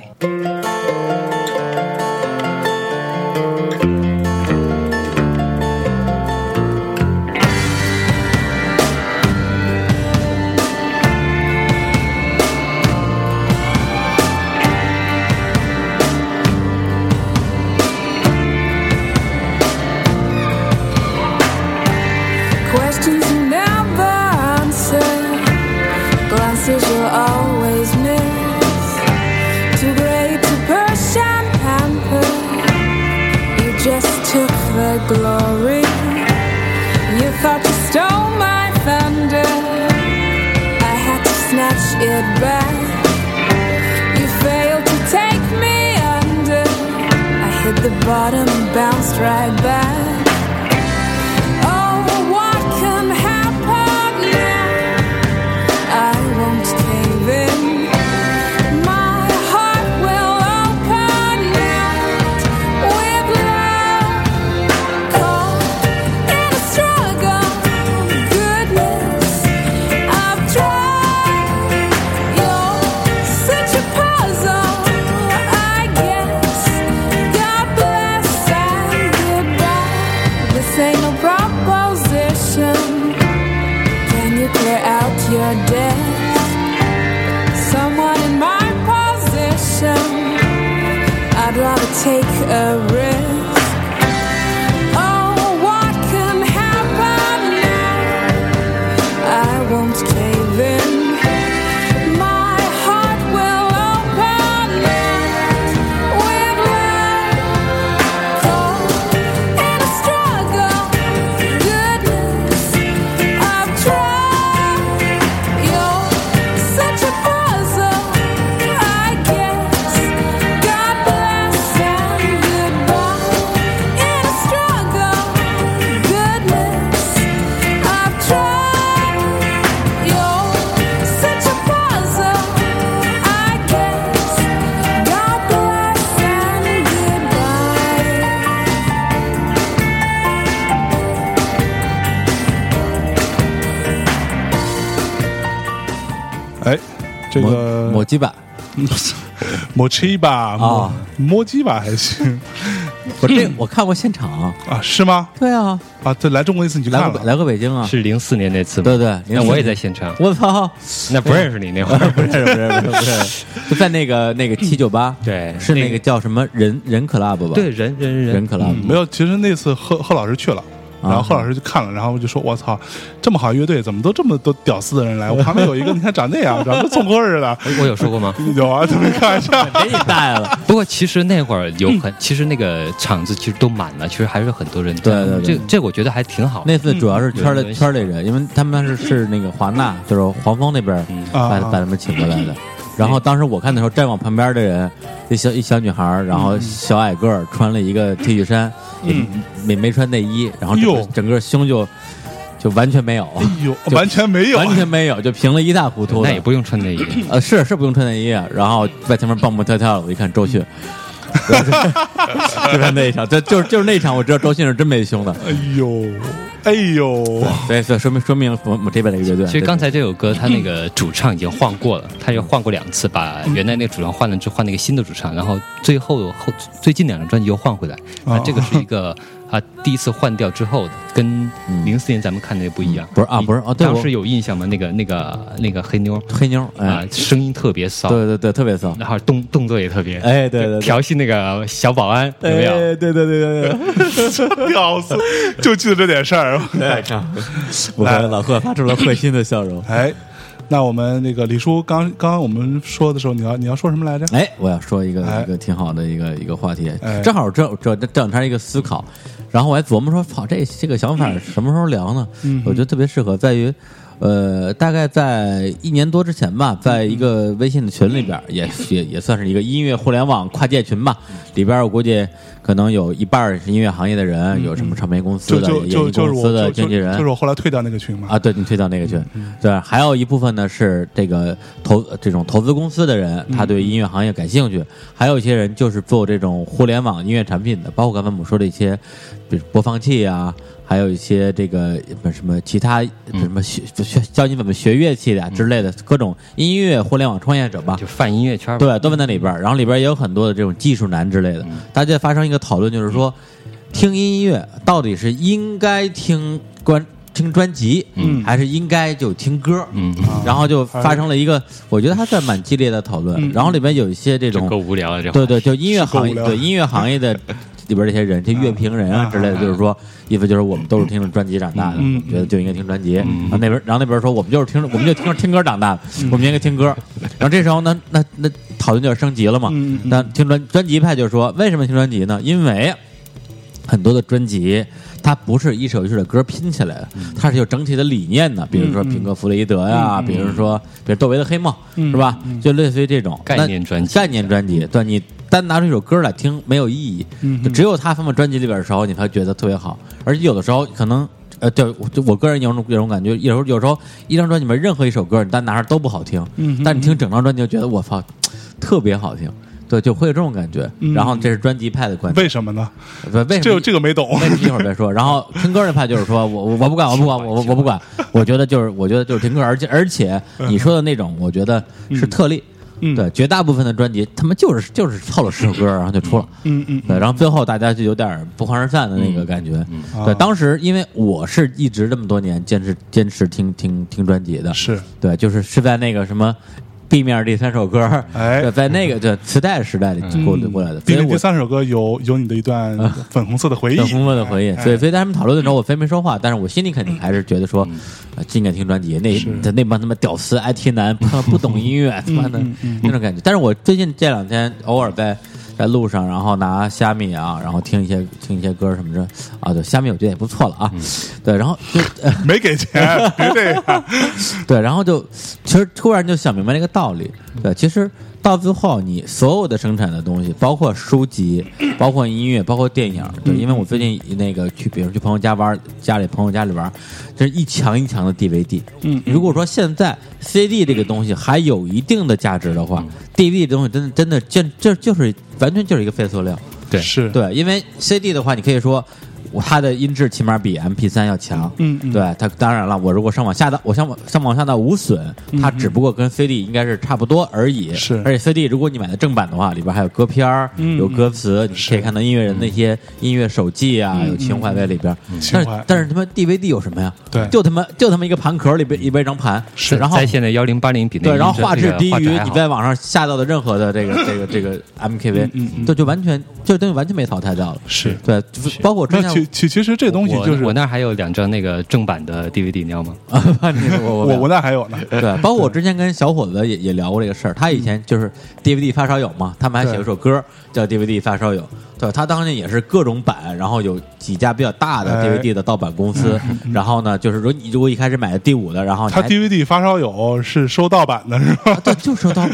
Questions you never answer, glances you always miss. Too great to push and pamper, you just took the glory. You thought you stole my thunder, I had to snatch it back. You failed to take me under, I hit the bottom and bounced right back. Oh, what can happen I won't cave in. My heart will open with love. Caught in a struggle, goodness, I've tried. You're such a puzzle, I guess. God bless and goodbye. This ain't no proposition. Can you clear out your debt? Someone in my position, I'd rather take a risk. Oh, what can happen now? I won't cave in. My heart will open with love. And a struggle, goodness, I've tried. You're such a puzzle, I guess. God bless and goodbye. In a struggle, goodness, I've tried. You're such a puzzle, I guess. God bless and goodbye. 哎，这个某几版， (laughs) 摩奇吧，摸啊摸鸡吧还行嗯我这我看过现场，啊？是吗？对啊，啊，对，来中国那次你去来看过了北来过北京啊，是零四年那次吗？对对04那我也在现场，我操，那 (laughs) 不认识你那会儿，不是不是不是不是， (laughs) 就在那个那个七九八，对是那那个个叫什么人人 club 吧？对，人人人人 club，嗯没有，其实那次贺贺老师去了。然啊后贺老师就看了，然后就说：“我操，这么好乐队，怎么都这么多屌丝的人来？我旁边有一个，你看长那样，长得跟送货似 (laughs) 的。我有说过吗？”有啊，怎么开玩笑？给你带了，不过其实那会儿有嗯很，其实那个场子其实都满了，其实还是很多人在。对对对这这我觉得还挺好。那次主要是圈嗯里嗯圈里人，因为他们当时是那个华纳，就是黄蜂那边啊把把他们请过来的。然后当时我看的时候，站我旁边的人，一小一小女孩儿，然后小矮个儿，穿了一个 T 恤衫，也没没穿内衣，然后整个哟整个胸就就完全没有，哎呦，完全没有，完全没有，就平了一塌糊涂的。那也不用穿内 (clears throat) 衣，呃，是是不用穿内衣啊，然后在前面蹦蹦跳跳的，我一看周迅， (laughs) 就是那一场，就就是就是那一场，我知道周迅是真没胸的，哎呦，哎呦，所以所以说明说明我们这边的乐队，啊其实刚才这首歌，它那个主唱已经换过嗯了，他也换过两次，把原来那个主唱换了之后换了一个新的主唱，然后最后后最近两张专辑又换回来。哦啊，这个是一 (laughs) 个啊第一次换掉之后的，跟零四年咱们看的也不一样。嗯不是啊你不是哦对当我时有印象吗？那个那个那个黑妞黑妞，啊哎，，声音特别骚，对对对，特别骚，然后动动作也特别，哎对对对调戏那个小保安有没有？哎对对对 (laughs) 对对，屌丝就记得这点事儿。对，看，我和老贺发出了会心的笑容。哎，那我们那个李叔刚刚刚我们说的时候，你要你要说什么来着？哎，我要说一个哎一个挺好的一个一个话题哎，正好这这这两天一个思考，然后我还琢磨说，操，这这个想法什么时候聊呢？我觉得特别适合在于呃，大概在一年多之前吧，在一个微信的群里边儿，也也也算是一个音乐互联网跨界群吧。里边儿我估计可能有一半儿是音乐行业的人，有什么唱片公司就的、就演就艺就是公司我的就经就纪人就是我后来退掉那个群嘛啊，对你推到那个去，对，还有一部分呢是这个投这种投资公司的人，他对音乐行业感兴趣，还有一些人就是做这种互联网音乐产品的，包括刚才我们说的一些，比如播放器啊，还有一些这个不是什么其他什么学学教你怎么学乐器的啊之类的各种音乐互联网创业者吧就，泛音乐圈儿吧。嗯对，都在那里边儿，然后里边儿也有很多的这种技术男之类的，大家发生一个讨论，就是说，听音乐到底是应该听专听专辑，嗯还是应该就听歌？嗯，啊然后就发生了一个，我觉得还算蛮激烈的讨论。然后里面有一些这这种够无聊的，这话对对，就音乐嗯是够无行业，聊对音乐行 (laughs) 业的里边这些人，这乐评人啊之类的，就是说，意思就是我们都是听着专辑长大的，嗯我们觉得就应该听专辑。然后那边，然后那边说，我们就是听着，我们就听着听歌长大的，嗯我们应该听歌。然后这时候呢，那那讨论就升级了嘛嗯嗯。嗯那听专专辑派就说，为什么听专辑呢？因为很多的专辑。它不是一首一首的歌拼起来的，嗯它是有整体的理念的，比如说平克·弗雷德呀，比如说比如窦唯的《黑梦》，嗯是吧？就类似于这种概那念专辑概念专辑，对你单拿出一首歌来听没有意义，嗯就只有他放到专辑里边的时候，你才觉得特别好。而且有的时候可能，呃，对我就我个人有种有种感觉，有时候有时候一张专辑里面任何一首歌，你单拿着都不好听，嗯但你听整张专辑就觉得我操，特别好听，对，就会有这种感觉。然后这是专辑派的观嗯点，为什么呢？为为什这么这个没懂。为什么一会儿再说？然后听歌那派就是说我我我不管我不管我我我 (laughs) 不管，我觉得就是我觉得就是听歌，而且而且你说的那种，我觉得是特例。嗯对，绝大部分的专辑，他们就是就是凑了十首歌，然后就出了。嗯嗯对，然后最后大家就有点不欢而散的那个感觉。对，啊当时因为我是一直这么多年坚持坚持听听听专辑的，是对，就是是在那个什么 B 面第三首歌，哎对在那个对磁带时代里过过来的。所第以面我第三首歌有有你的一段粉红色的回忆，很丰富的回忆。哎所以，所以在他们讨论的时候，我非没说话，但是我心里肯定还是觉得说，嗯呃应该听专辑。那那那帮他妈屌丝 IT 男，他嗯妈不懂音乐，他妈的那种感觉。但是我最近这两天偶尔在在路上，然后拿虾米啊，然后听一些听一些歌什么的啊，对，虾米我觉得也不错了嗯啊。对，然后就 (laughs) 呃没给钱，别这样。对，然后就其实突然就想明白这个道理。对，其实到最后，你所有的生产的东西，包括书籍，包括音乐，包括电影，对，因为我最近那个去，比如去朋友家玩，家里朋友家里玩，这是一墙一墙的 DVD。嗯，如果说现在 CD 这个东西还有一定的价值的话、d v d 这东西真的真的这这就是完全就是一个废塑料。对是，对，因为 CD 的话，你可以说。我它的音质起码比 MP 3要强，嗯嗯对它当然了，我如果上网下到我上网上网下到无损，它只不过跟 CD 应该是差不多而已。嗯是而且 CD 如果你买的正版的话，里边还有歌片儿、嗯有歌词，你可以看到音乐人那些音乐手记啊，有情怀在里边。但嗯情是怀但是他妈 DVD 有什么呀？对嗯就他妈就他妈一个盘壳里边里边一张盘，是然后在线的幺零八零比那对，然后音画质质那个低画质于还你好在网上下到的任何的这个这个这个 MKV，这就完全这东西完全被淘汰掉了。是对，包括之那其前其其实这东西我就是我那儿还有两张那个正版的 DVD，你要吗？我呃我我那还有呢，对，包括我之前跟小伙子也也聊过这个事儿，他以前就是 DVD 发烧友嘛，他们还写了首歌叫 DVD 发烧友，对他当年也是各种版，然后有几家比较大的哎 DVD 的盗版公司，然后呢，就是如果你如果一开始买的第五的，然后你他还 DVD 发烧友是收盗版的是吧？啊，对，就是收盗，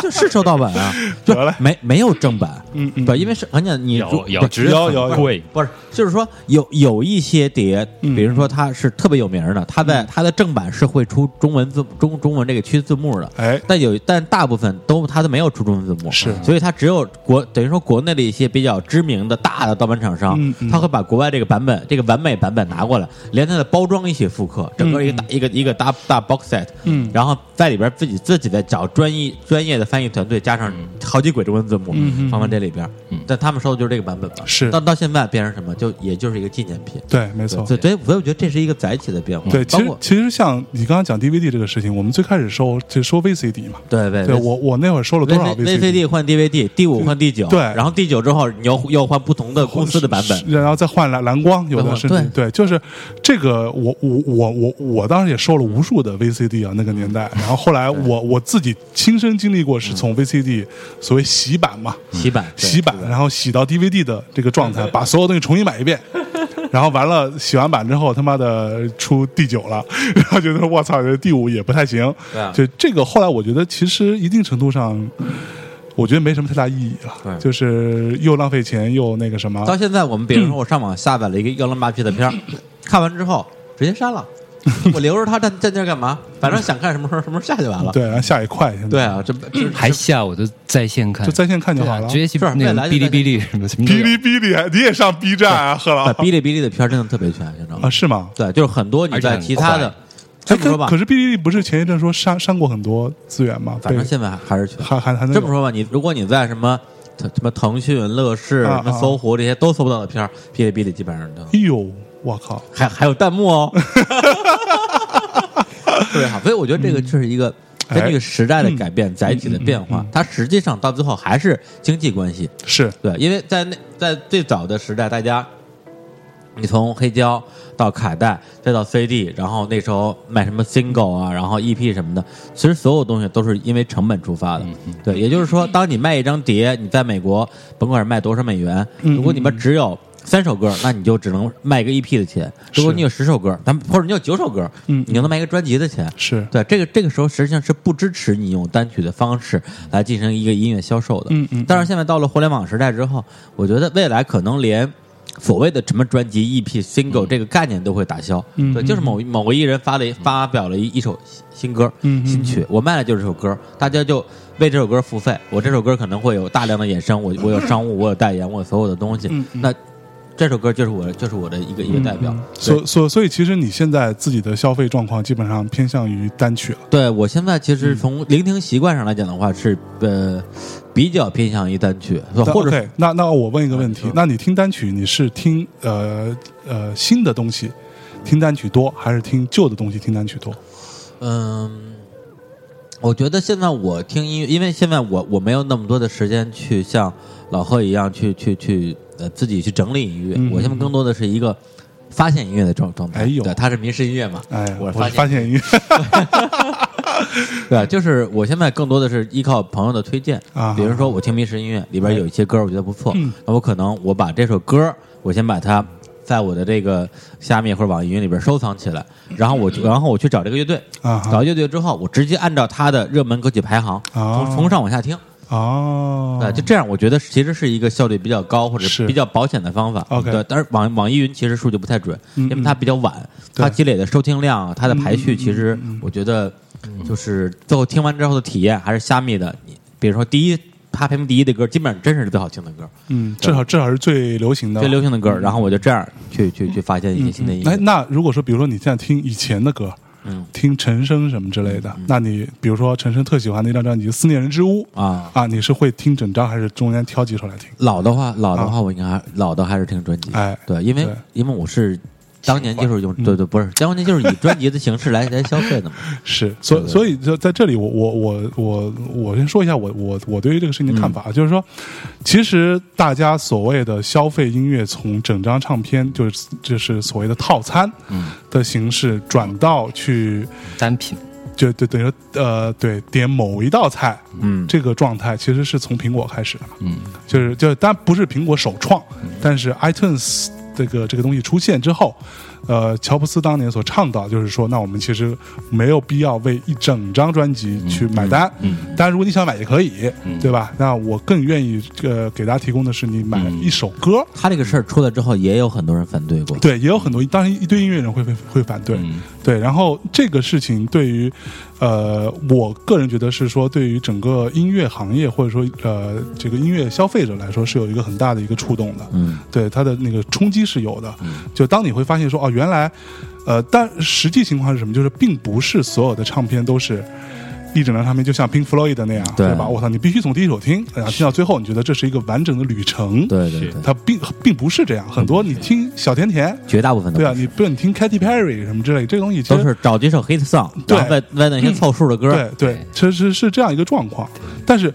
就是收盗版 (laughs) 啊，就得嘞没没有正版，嗯嗯对，因为是很简单，你有如有不是只是有很有有嗯贵，不是，就是说有有一些碟，比如说它是特别有名儿的，它在它的正版是会出中文字中中文这个区字幕的，哎但有但大部分都它都没有出中文字幕，是所以它只有国等于说国内的一些比较知名的大的盗版厂商嗯，嗯他会把国外这个版本这个完美版本拿过来，连它的包装一起复刻，整个一个大一个一个大大 box set，嗯然后在里边自己自己再找专业专业的翻译团队，加上好几轨中文字幕嗯嗯放到这里边嗯，但他们收的就是这个版本嘛，是到到现在变成什么，就也就是一个纪念品。对，没错。对，所以所以我觉得这是一个载体的变化。对，其包实括其实像你刚刚讲 DVD 这个事情，我们最开始收就收 VCD 嘛，对对对我我那会儿收了多少 VCD 换 DVD，第五换第九，对然后第九之后你又又换不同的公司的版本，然后再换蓝蓝光，有的甚至对，就是这个我我我我我当时也收了无数的 VCD 啊，那个年代。然后后来我我自己亲身经历过，嗯是从 VCD 所谓洗版嘛，洗版对洗版，然后洗到 DVD 的这个状态，把所有东西重新买一遍。然后完了洗完版之后，他妈的出第九了，然后觉得我操，这第五也不太行。对啊就这个后来我觉得其实一定程度上。我觉得没什么太大意义对了，就是又浪费钱又那个什么，到现在，我们比如说我上网下载了一个幺零八 P 的 (coughs) 片儿，看完之后直 (laughs) 接删了，我留着它站站那儿干嘛？反正想看什么 (coughs) 时候什么时候下就完了。对，然后下也快，现在对啊，这这还下我就在线看，就在线看就对好啊了。直接去是那未种来哔就哩在哔哩什么什么都哔有哩哔哩，你也上 B 站啊，贺老把哔哩哔哩的片儿真的特别全，你知道吗啊？？是吗？对，就是很多你而且在很其他的快，这么说吧哎可，是哔哩哔哩不是前一阵说删删过很多资源吗？反正被现在还是全。还还还能这有么说吧，你如果你在什么腾什么腾讯、乐视、啊什么搜狐这些都搜不到的片儿，哔哩哔哩基本上都哎呦，我靠！还还有弹幕哦， (laughs) 特别好。所以我觉得这个就是一个嗯根据时代的改变、载体的变化，它实际上到最后还是经济关系。是对，因为在那在最早的时代，大家你从黑胶到卡带，再到 CD，然后那时候卖什么 single 啊，然后 EP 什么的，其实所有东西都是因为成本出发的。嗯对，也就是说，当你卖一张碟，你在美国甭管是卖多少美元，嗯如果你们只有三首歌，那你就只能卖个 EP 的钱；如果是你有十首歌，咱们或者你有九首歌，嗯你就能卖一个专辑的钱。是，对，这个这个时候实际上是不支持你用单曲的方式来进行一个音乐销售的。嗯嗯但是现在到了互联网时代之后，我觉得未来可能连所谓的什么专辑、EP、single 这个概念都会打消。嗯对，嗯就是某一某个艺人发了一发表了一一首新新歌、嗯嗯新曲，我卖的就是这首歌，大家就为这首歌付费。我这首歌可能会有大量的衍生，我我有商务，我有代言，我有所有的东西。嗯嗯那这首歌就是我就是我的一个一个代表。对所所所以，其实你现在自己的消费状况基本上偏向于单曲了。对我现在其嗯实从聆听习惯上来讲的话，是呃比较偏向于单曲，但呃或者 OK，那那我问一个问啊你题说，那你听单曲，你是听呃呃新的东西，听单曲多，还是听旧的东西听单曲多？嗯，我觉得现在我听音乐，因为现在我我没有那么多的时间去像老贺一样去去去呃自己去整理音乐，嗯我现在更多的是一个发现音乐的状状态。哎呦对，它是民事音乐嘛，哎，我是我是发发现。现音乐 (laughs) 对，就是我现在更多的是依靠朋友的推荐啊比如说我听迷失音乐里边有一些歌，我觉得不错，嗯那我可能我把这首歌，我先把它在我的这个虾米或者网易云里边收藏起来，然后我就然后我去找这个乐队，嗯啊找哈乐队之后，我直接按照它的热门歌曲排行，哦从从上往下听， (laughs) 哦，对，呃就这样，我觉得其实是一个效率比较高或者是比较保险的方法。 OK 对，但是网网易云其实数据不太准，嗯因为它比较晚，对嗯它积累的收听量、啊它的排序，其实我觉得就是最后听完之后的体验还是虾米的。你比如说第一，它排名第一的歌，基本上真是最好听的歌，嗯，至少至少是最流行的吧最流行的歌。然后我就这样去去去发现一些新的音哎，乐。那如果说，比如说你现在听以前的歌，嗯，听陈升什么之类的，那你比如说陈升特喜欢那张专辑《思念人之屋》啊啊，你是会听整张还是中间挑几首来听？老的话，老的话，我应该还老的还是听专辑。啊哎嗯对，因为对嗯因为我是。当年就是用对对不是，当年就是以专辑的形式来来消费的嘛。是，所对对所以就在这里我，我我我我先说一下我我我对于这个事情的看法，啊嗯就是说，其实大家所谓的消费音乐，从整张唱片就是就是所谓的套餐嗯的形式，转到去单品，就就等于说呃对点某一道菜，嗯，这个状态其实是从苹果开始的嘛，嗯，就是就当然不是苹果首创，但是 iTunes 这个这个东西出现之后，呃，乔布斯当年所倡导就是说，那我们其实没有必要为一整张专辑去买单，嗯当然如果你想买也可以，对吧？那我更愿意呃给大家提供的是你买嗯一首歌，他这个事儿出来之后，也有很多人反对过。对，也有很多，当然一堆音乐人会会会反对，对。然后这个事情对于，呃，我个人觉得是说，对于整个音乐行业或者说呃这个音乐消费者来说，是有一个很大的一个触动的，嗯，对它的那个冲击是有的。就当你会发现说，哦，原来，呃，但实际情况是什么？就是并不是所有的唱片都是。一整张唱片就像 Pink Floyd 那样，对吧？我操，你必须从第一首听，然后听到最后，你觉得这是一个完整的旅程。对对对，它并并不是这样。很多你听小甜甜，绝大部分都对啊，不是你不是你听 Katy Perry 什么之类，这个东西其都实是找几首 hit song，对然后再再那些凑数的歌。对对，其实是这样一个状况。但是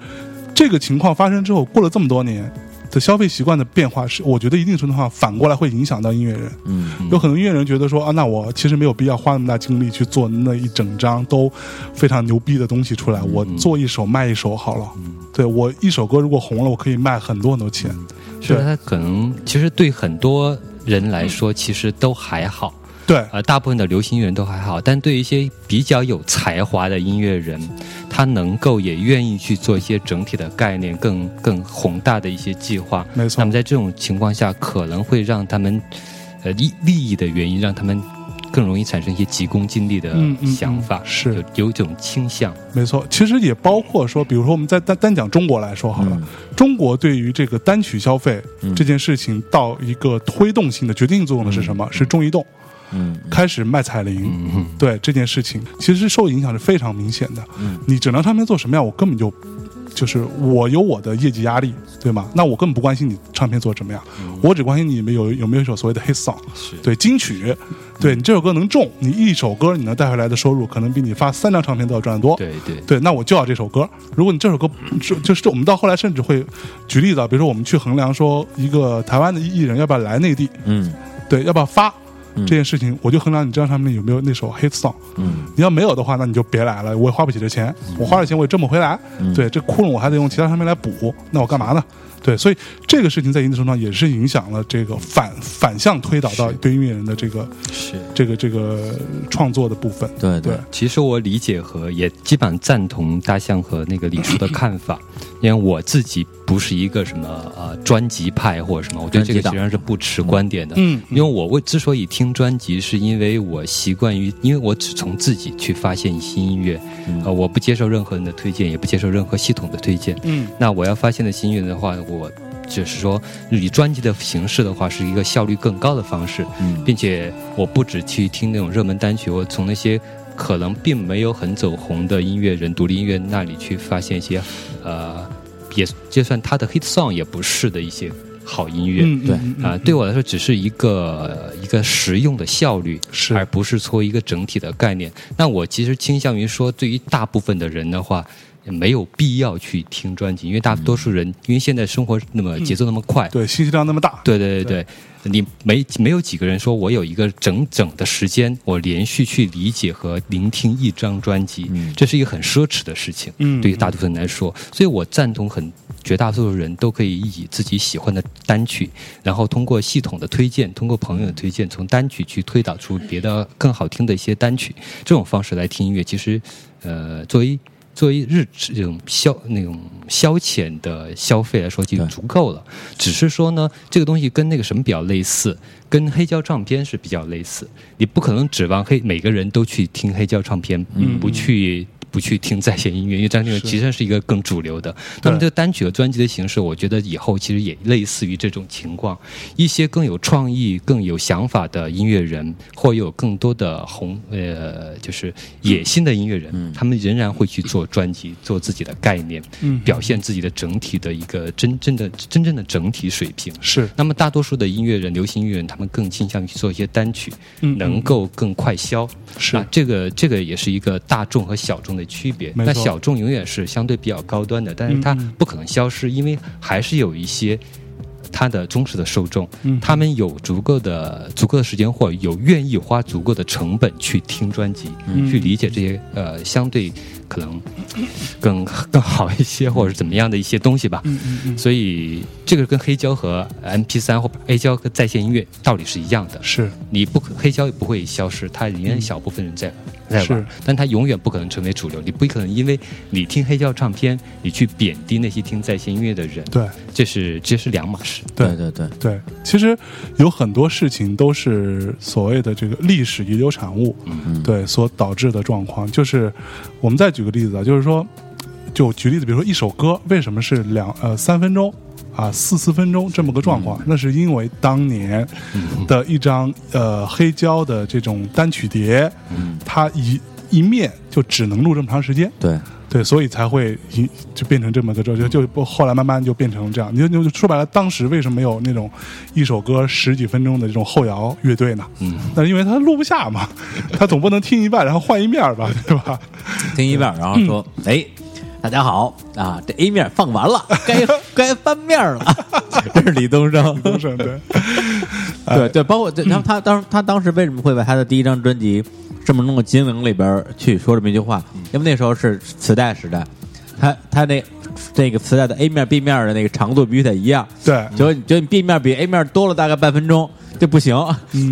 这个情况发生之后，过了这么多年的消费习惯的变化是，我觉得一定程度上反过来会影响到音乐人。嗯，有很多音乐人觉得说啊，那我其实没有必要花那么大精力去做那一整张都非常牛逼的东西出来，我做一首卖一首好了。对我一首歌如果红了，我可以卖很多很多钱。是他可能其实对很多人来说，其实都还好。对，呃，大部分的流行音乐人都还好，但对一些比较有才华的音乐人，他能够也愿意去做一些整体的概念更更宏大的一些计划。没错那么在这种情况下，可能会让他们呃利利益的原因，让他们更容易产生一些急功近利的嗯嗯想法，嗯是有有一种倾向。没错，其实也包括说，比如说我们在单单讲中国来说好了，嗯中国对于这个单曲消费、嗯这件事情到一个推动性的决定性作用的是什么？是中移动嗯，开始卖彩铃，嗯对这件事情其实受影响是非常明显的。嗯你只能唱片做什么样，我根本就就是我有我的业绩压力，对吗？那我根本不关心你唱片做什么样，我只关心你们有有没有一首所谓的 hit song，嗯是对金曲，对你这首歌能中，你一首歌你能带回来的收入，可能比你发三张唱片都要赚得多。对对对，那我就要这首歌。如果你这首歌就就是我们到后来甚至会举例子啊，比如说我们去衡量说一个台湾的艺人要不要来内地，嗯对，要不要发、嗯这件事情，我就衡量你这张唱片有没有那首 hit song。嗯你要没有的话，那你就别来了，我也花不起这钱，嗯我花了钱我也挣不回来，嗯对，这窟窿我还得用其他上面来补，那我干嘛呢？对，所以这个事情在一定程度上也是影响了这个反反向推导到对音乐人的这个是。这个这个创作的部分。对对对，其实我理解和也基本上赞同大象和那个李叔的看 (laughs) 法，因为我自己不是一个什么呃专辑派或者什么，我对这个实际上是不持观点的。嗯因为我为之所以听专辑，是因为我习惯于，因为我只从自己去发现新音乐，呃，我不接受任何人的推荐，也不接受任何系统的推荐。嗯那我要发现的新乐的话，我只是说以专辑的形式的话，是一个效率更高的方式，嗯并且我不只去听那种热门单曲，我从那些可能并没有很走红的音乐人、独立音乐那里去发现一些，呃，也就算他的 hit song 也不是的一些好音乐。嗯，对嗯嗯啊、对我来说只是一个一个实用的效率，是而不是说一个整体的概念。那我其实倾向于说，对于大部分的人的话，没有必要去听专辑，因为大多数嗯人，因为现在生活那么节奏那么快，对，信息量那么大，对对对对，你没没有几个人说我有一个整整的时间，我连续去理解和聆听一张专辑，嗯这是一个很奢侈的事情，嗯对于大部分人来说，所以我赞同很。绝大多数人都可以以自己喜欢的单曲，然后通过系统的推荐，通过朋友的嗯推荐，从单曲去推导出别的更好听的一些单曲，这种方式来听音乐，其实，呃，作为作为日这种消那种消遣的消费来说就对足够了。只是说呢，这个东西跟那个什么比较类似，跟黑胶唱片是比较类似。你不可能指望黑每个人都去听黑胶唱片，嗯不去。不去听在线音乐，因为张信哲其实是一个更主流的。那么这个单曲和专辑的形式，我觉得以后其实也类似于这种情况。一些更有创意、更有想法的音乐人，或有更多的红呃，就是野心的音乐人，他们仍然会去做专辑，做自己的概念，嗯表现自己的整体的一个真正的真正的整体水平。是那么大多数的音乐人，流行音乐人，他们更倾向于去做一些单曲，嗯能够更快消。是啊，这个这个也是一个大众和小众的区别。没那错小众永远是相对比较高端的，但是它嗯嗯不可能消失，因为还是有一些。它的忠实的受众，嗯他们有足够的足够的时间，或者有愿意花足够的成本去听专辑，嗯去理解这些呃相对可能更 (laughs) 更好一些，或者是怎么样的一些东西吧。嗯嗯嗯，所以这个跟黑胶和 MP 3或 A 胶跟在线音乐道理是一样的，是你不可黑胶也不会消失，它仍然小部分人在、在是玩，但它永远不可能成为主流。你不可能因为你听黑胶唱片，你去贬低那些听在线音乐的人，对这是这是两码事。对对对，对。其实有很多事情都是所谓的这个历史遗留产物，对所导致的状况。就是我们再举个例子啊，就是说，就举例子，比如说一首歌为什么是两呃三分钟啊四四分钟这么个状况，那是因为当年的一张呃黑胶的这种单曲碟，它一一面就只能录这么长时间。对，对，所以才会一就变成这么个就就就不后来慢慢就变成这样。你就你就说白了，当时为什么没有那种一首歌十几分钟的这种后摇乐队呢？嗯，那是因为他录不下嘛，他总不能听一半然后换一面儿吧，对 (laughs) 吧？听一半儿，然后说，嗯哎，大家好啊，这 A 面放完了， (laughs) 该该翻面了， (laughs) 这是李东升，都是对，对对，包括对然后他当他当时为什么会在他的第一张专辑《圣母中的精灵》里边儿去说这么一句话？嗯因为那时候是磁带时代，他他那那个磁带的 A 面 B 面的那个长度必须得一样，对结果你觉得你 B 面比 A 面多了大概半分钟，这不行，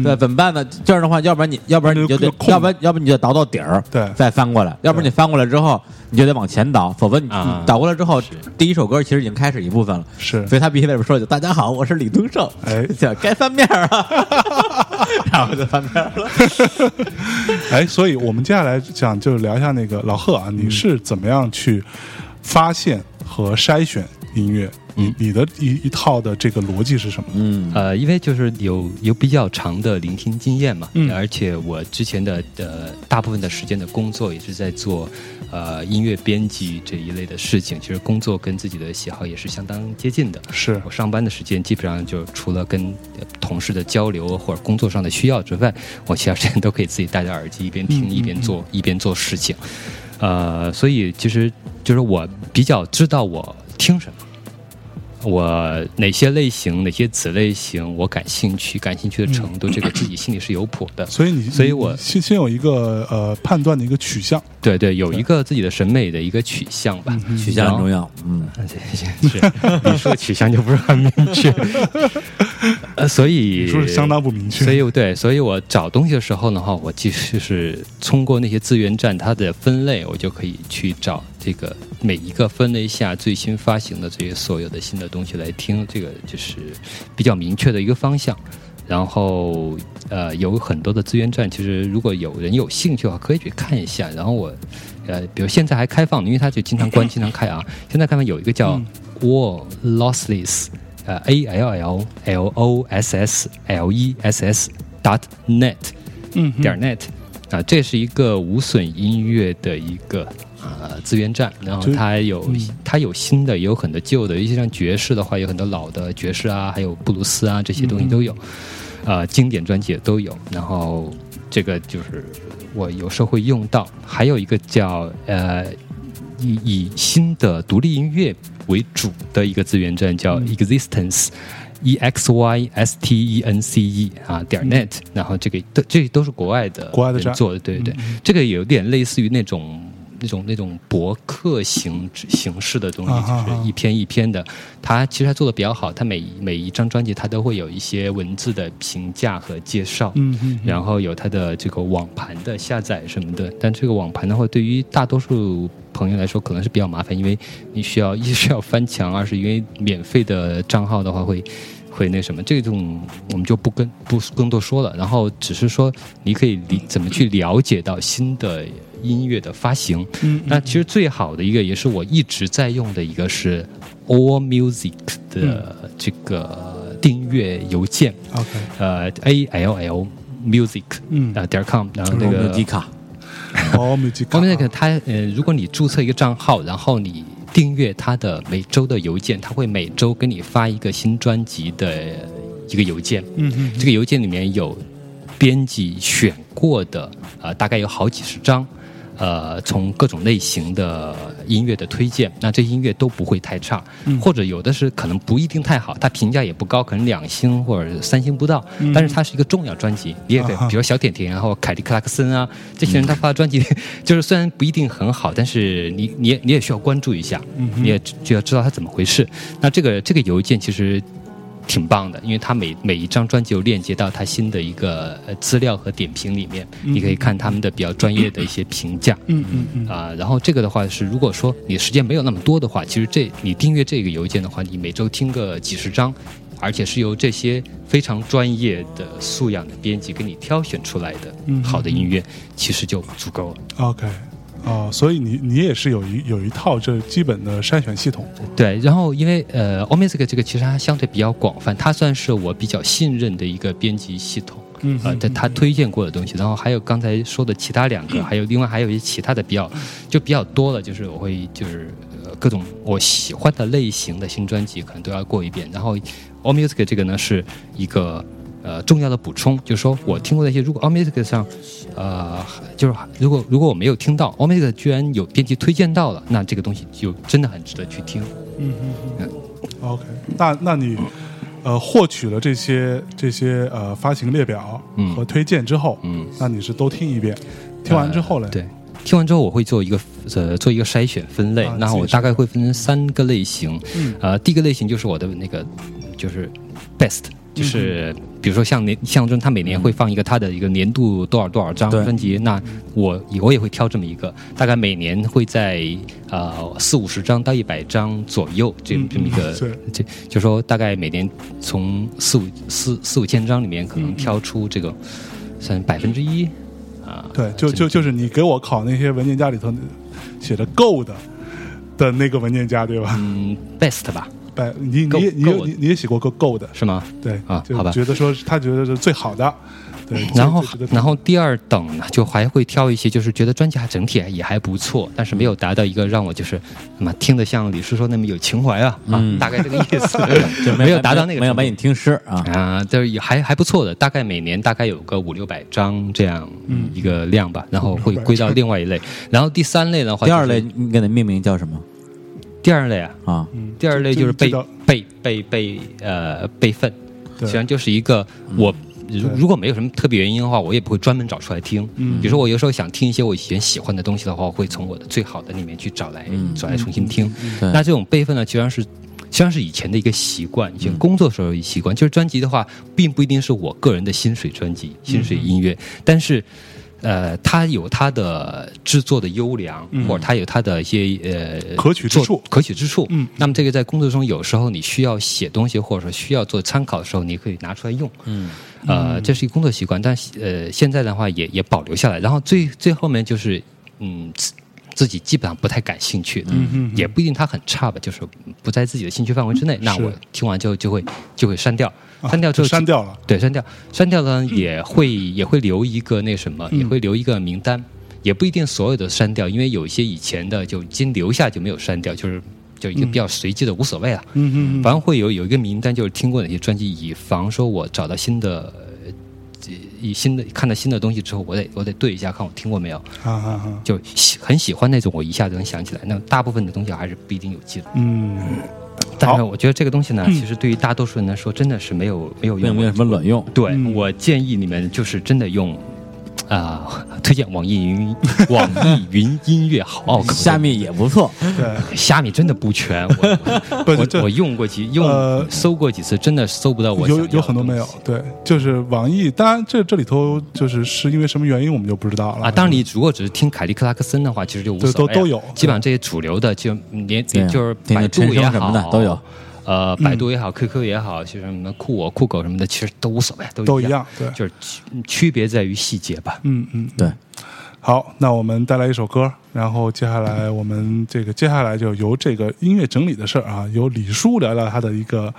对，怎么办呢？这样的话，要不然你，要不然你就嗯那得就空，要不然，要不然你就倒到底儿，对再翻过来，要不然你翻过来之后，你就得往前倒，否则你啊你倒过来之后，第一首歌其实已经开始一部分了，是所以他必须在这说一句：“大家好，我是李东胜，哎这该翻面儿啊， (laughs) 然后就翻面儿了。哎，所以我们接下来讲就聊一下那个老贺啊，嗯你是怎么样去发现和筛选音乐？嗯你你的一一套的这个逻辑是什么？嗯，呃，因为就是有有比较长的聆听经验嘛，嗯而且我之前的呃大部分的时间的工作也是在做呃音乐编辑这一类的事情，其实工作跟自己的喜好也是相当接近的。是我上班的时间基本上就除了跟呃同事的交流或者工作上的需要之外，我其他时间都可以自己戴着耳机一边嗯听一边做、 (laughs) 一边做事情。呃，所以其实就是我比较知道我听什么。我哪些类型、哪些子类型我感兴趣，感兴趣的程度，这个自己心里是有谱的。所以你，所以我你先先有一个呃判断的一个取向，对对，有一个自己的审美的一个取向吧。嗯取向很重要，嗯，是是， (laughs) 你说取向就不是很明 (laughs) 确。呃，所以你说是相当不明确。所以对，所以我找东西的时候呢，哈，我即使是通过那些资源站它的分类，我就可以去找这个每一个分类下最新发行的这些所有的新的东西来听，这个就是比较明确的一个方向。然后，呃，有很多的资源站，其实如果有人有兴趣的话，可以去看一下。然后我，呃，比如现在还开放呢，因为它就经常关，经常开啊。现在开放有一个叫嗯 Wall Lossless，、呃，A L L L O S S L E S S dot net，嗯哼点儿 net 啊、这是一个无损音乐的一个呃资源站，然后就嗯它有、它有新的，也有很多旧的，尤其像爵士的话，有很多老的爵士啊，还有布鲁斯啊这些东嗯西都有，呃，经典专辑也都有，然后这个就是我有时候会用到，还有一个叫呃以以新的独立音乐为主的一个资源站嗯叫 Existence。E X Y S T E N C E 啊点儿 net，、然后这个都这都是国外的嗯国外的嗯人站做的，对对对，这个有点类似于那种那种那种博客形形式的东西，啊哈就是一篇一篇的。它其实它做的比较好，它每每一张专辑它都会有一些文字的评价和介绍，嗯嗯然后有它的这个网盘的下载什么的。但这个网盘的话，对于大多数朋友来说可能是比较麻烦，因为你需要一是要翻墙，二是因为免费的账号的话会。会那什么，这种我们就不跟不更多说了。然后只是说，你可以理怎么去了解到新的音乐的发行。嗯那其实最好的一个，也是我一直在用的一个是 All Music 的嗯这个订阅邮件， ，OK，呃，A L L Music 嗯啊点 com，然后那我们个的迪卡，好，没记。后面那个它呃，如果你注册一个账号，然后你订阅它的每周的邮件，它会每周给你发一个新专辑的一个邮件。嗯嗯这个邮件里面有编辑选过的，呃，大概有好几十张，呃，从各种类型的音乐的推荐，那这音乐都不会太差，或者有的是可能不一定太好，它评价也不高，可能两星或者三星不到，但是它是一个重要专辑，你也可以啊哈，比如小甜甜啊，然后凯利克拉克森啊，这些人他发的专辑， (laughs) 就是虽然不一定很好，但是你你也你也需要关注一下，你也就要知道他怎么回事。那这个这个邮件其实挺棒的，因为它每每一张专辑有链接到它新的一个呃资料和点评里面，你可以看他们的比较专业的一些评价。嗯嗯嗯，啊、然后这个的话是，如果说你时间没有那么多的话，其实这你订阅这个邮件的话，你每周听个几十章，而且是由这些非常专业的素养的编辑给你挑选出来的好的音乐，其实就足够了。 OK，哦，所以你你也是有一有一套这基本的筛选系统，对，然后因为呃 o m i s i c 这个其实它相对比较广泛，它算是我比较信任的一个编辑系统。嗯呃，对他推荐过的东西，然后还有刚才说的其他两个，还有另外还有一些其他的比较就比较多了，就是我会就是呃各种我喜欢的类型的新专辑可能都要过一遍，然后 All Music 这个呢是一个呃重要的补充，就是说我听过的一些，如果 All Music 上呃就是如果如果我没有听到 All Music 居然有编辑推荐到了，那这个东西就真的很值得去听。嗯嗯 OK，那那你呃获取了这些这些呃发行列表嗯和推荐之后，嗯，那你是都听一遍，听完之后嘞，呃对，听完之后我会做一个呃做一个筛选分类啊，然后我自己筛选大概会分成三个类型。嗯呃，第一个类型就是我的那个就是 best 嗯就是比如说像年象征，他每年会放一个他的一个年度多少多少张对专辑，那我我也会挑这么一个，大概每年会在呃四五十张到一百张左右这嗯这么一 (laughs) 个是，这就说大概每年从四五四四五千张里面可嗯能挑出这个算百分之一啊，对，就就就是你给我考那些文件夹里头写着够的的那个文件夹，对吧？嗯 best 吧，百、你够你也你也够你你也写过个够的，是吗？对啊就好吧觉得说是他觉得是最好的，对，然后最最值得，然后第二等呢，就还会挑一些，就是觉得专辑还整体也还不错，但是没有达到一个让我就是，那么听得像李叔说那么有情怀啊，啊，大概这个意思，就没有达到那个没程有度把你听湿啊。啊，就是也还还不错的，大概每年大概有个五六百张这样一个量吧，然后会归到另外一类，然后第三类的话、第二类，你给它命名叫什么第二类啊，啊？第二类这就是这备道备备备呃备份，对实际上就是一个我。如如果没有什么特别原因的话，我也不会专门找出来听。嗯，比如说我有时候想听一些我以前喜欢的东西的话，我会从我的最好的里面去找来、找来重新听。对那这种备份呢，其实上是实际上是以前的一个习惯，以前工作时候的一个习惯。就是专辑的话，并不一定是我个人的薪水专辑、薪水音乐，但是呃，它有它的制作的优良，或者它有它的一些呃可取之做处可取之处。嗯那么这个在工作中有时候你需要写东西，或者说需要做参考的时候，你可以拿出来用。嗯，呃，这是一个工作习惯，但是呃，现在的话也也保留下来。然后最最后面就是嗯。自自己基本上不太感兴趣的，嗯也不一定它很差吧，就是不在自己的兴趣范围之内。那是我听完之后就会就会删掉，啊删掉之就后删掉了，对，删掉，删掉呢也会、也会留一个那什么，也会留一个名单，也不一定所有的删掉，因为有一些以前的就经留下就没有删掉，就是就一个比较随机的，无所谓了。嗯嗯嗯，反正会有有一个名单，就是听过哪些专辑，以防说我找到新的。呃以新的看到新的东西之后，我得我得对一下，看我听过没有，啊啊啊，就喜很喜欢那种，我一下子能想起来。那大部分的东西还是不一定有记录，嗯，但是我觉得这个东西呢，其实对于大多数人来说，真的是没有嗯没有没有用没的有。什么卵用。对、嗯我建议你们就是真的用啊、 (laughs) 推荐网易云网易云音乐好 (laughs) 奥可乐下面也哦不错，对，虾米真的不全，我 (laughs) 不我这我用过几用、呃搜过几次，真的搜不到我想有要的有很多没有东西，对，就是网易，当然这这里头就是是因为什么原因我们就不知道了啊。当然，你如果只是听凯利克拉克森的话，其实就无对嗯都所谓了都有基本上这些主流的就连对啊就是听百着度陈也升好什么的都有。呃，嗯百度也好、q q 也好，其实什么酷我、酷狗什么的，其实都无所谓，都都一一样，对，就是区区别在于细节吧。嗯嗯，对，好，那我们带来一首歌，然后接下来我们这个接下来就由这个音乐整理的事儿啊，由李叔聊聊他的一个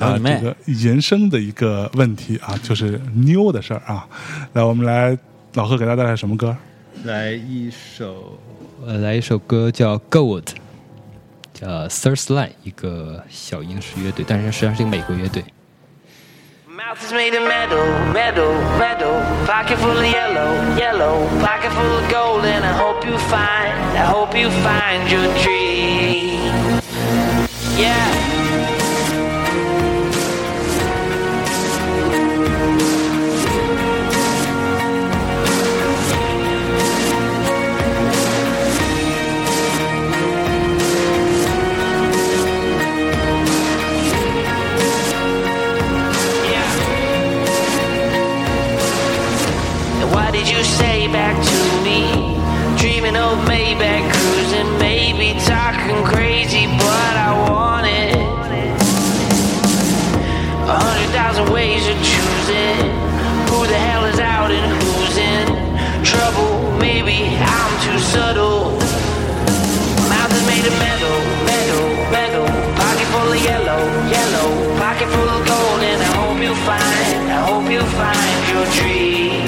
聊啊、你妹这个延伸的一个问题啊，就是妞的事儿啊。来，我们来老贺给大家带来什么歌？来一首，呃，来一首歌叫《Gold》，叫 Thirst Line，一个小英式乐队，但是实际上是一个美国乐队。 Mouth is made of metal, metal, metal. Pocket full of yellow, yellow. Pocket full of gold, and I hope you find, I hope you find your dream. Yeah. Yeah. And why did you say back to me? Dreaming of Maybach cruising, maybe talking crazy, but I want it. A hundred thousand ways of choosing. Who the hell is out and who's in trouble? Maybe I'm too subtle. Mouth is made of metal, metal, metal. Pocket full of yellow, yellow. Pocket full of gold, and I hope you find, I hope you find your dream.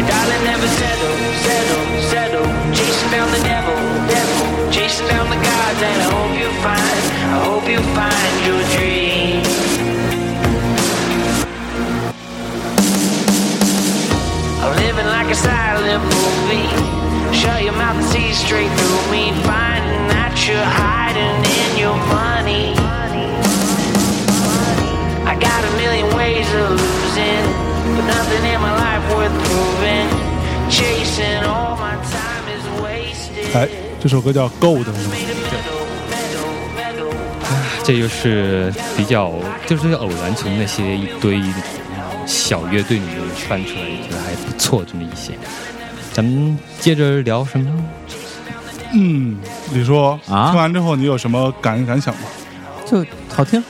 And darling, never settle, settle, settle. Chasing down the devil, devil. Chasing down the gods, and I hope you find, I hope you find your dream. I'm living like a silent movie. Shut your mouth and see straight through me. Finding that you're hiding in your money. I got a million ways of losing, but nothing in my life worth proving. Chasing all my time is wasted. Uh, 哎，这首歌叫《Gold》， Made of metal, metal, metal. 这这就是比较就是偶然从那些一堆小乐队里面翻出来，觉得还不错这么一些。咱们接着聊什么？嗯，李叔，啊听完之后你有什么感感想吗？就好听。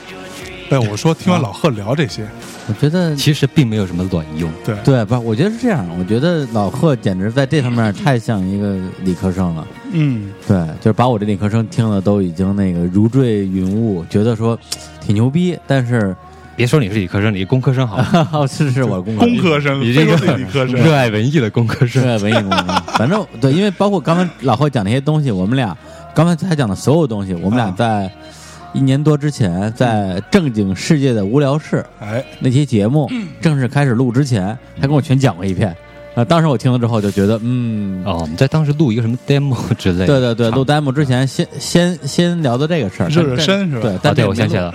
哎，我说听完老贺聊这些，我觉得其实并没有什么卵用。对，对吧？我觉得是这样，我觉得老贺简直在这方面太像一个理科生了。嗯，对，就是把我这理科生听的都已经那个如坠云雾，觉得说挺牛逼，但是别说你是理科生，你是工科生好 (laughs) 吗，是是我的工工科生，你非这说个自己理科生，热爱文艺的工科生。是文艺工科，反正对，因为包括刚刚老贺讲那些东西，我们俩刚才他讲的所有东西，我们俩啊在一年多之前，在正经世界的无聊室哎，那期节目正式开始录之前，他跟我全讲过一遍。啊，当时我听了之后就觉得，嗯，哦，我们在当时录一个什么 demo 之类的。对对对，差不录多 demo 之前先先先聊的这个事儿，热热但身是吧对，啊，但对，这我个想起 (laughs) 来了，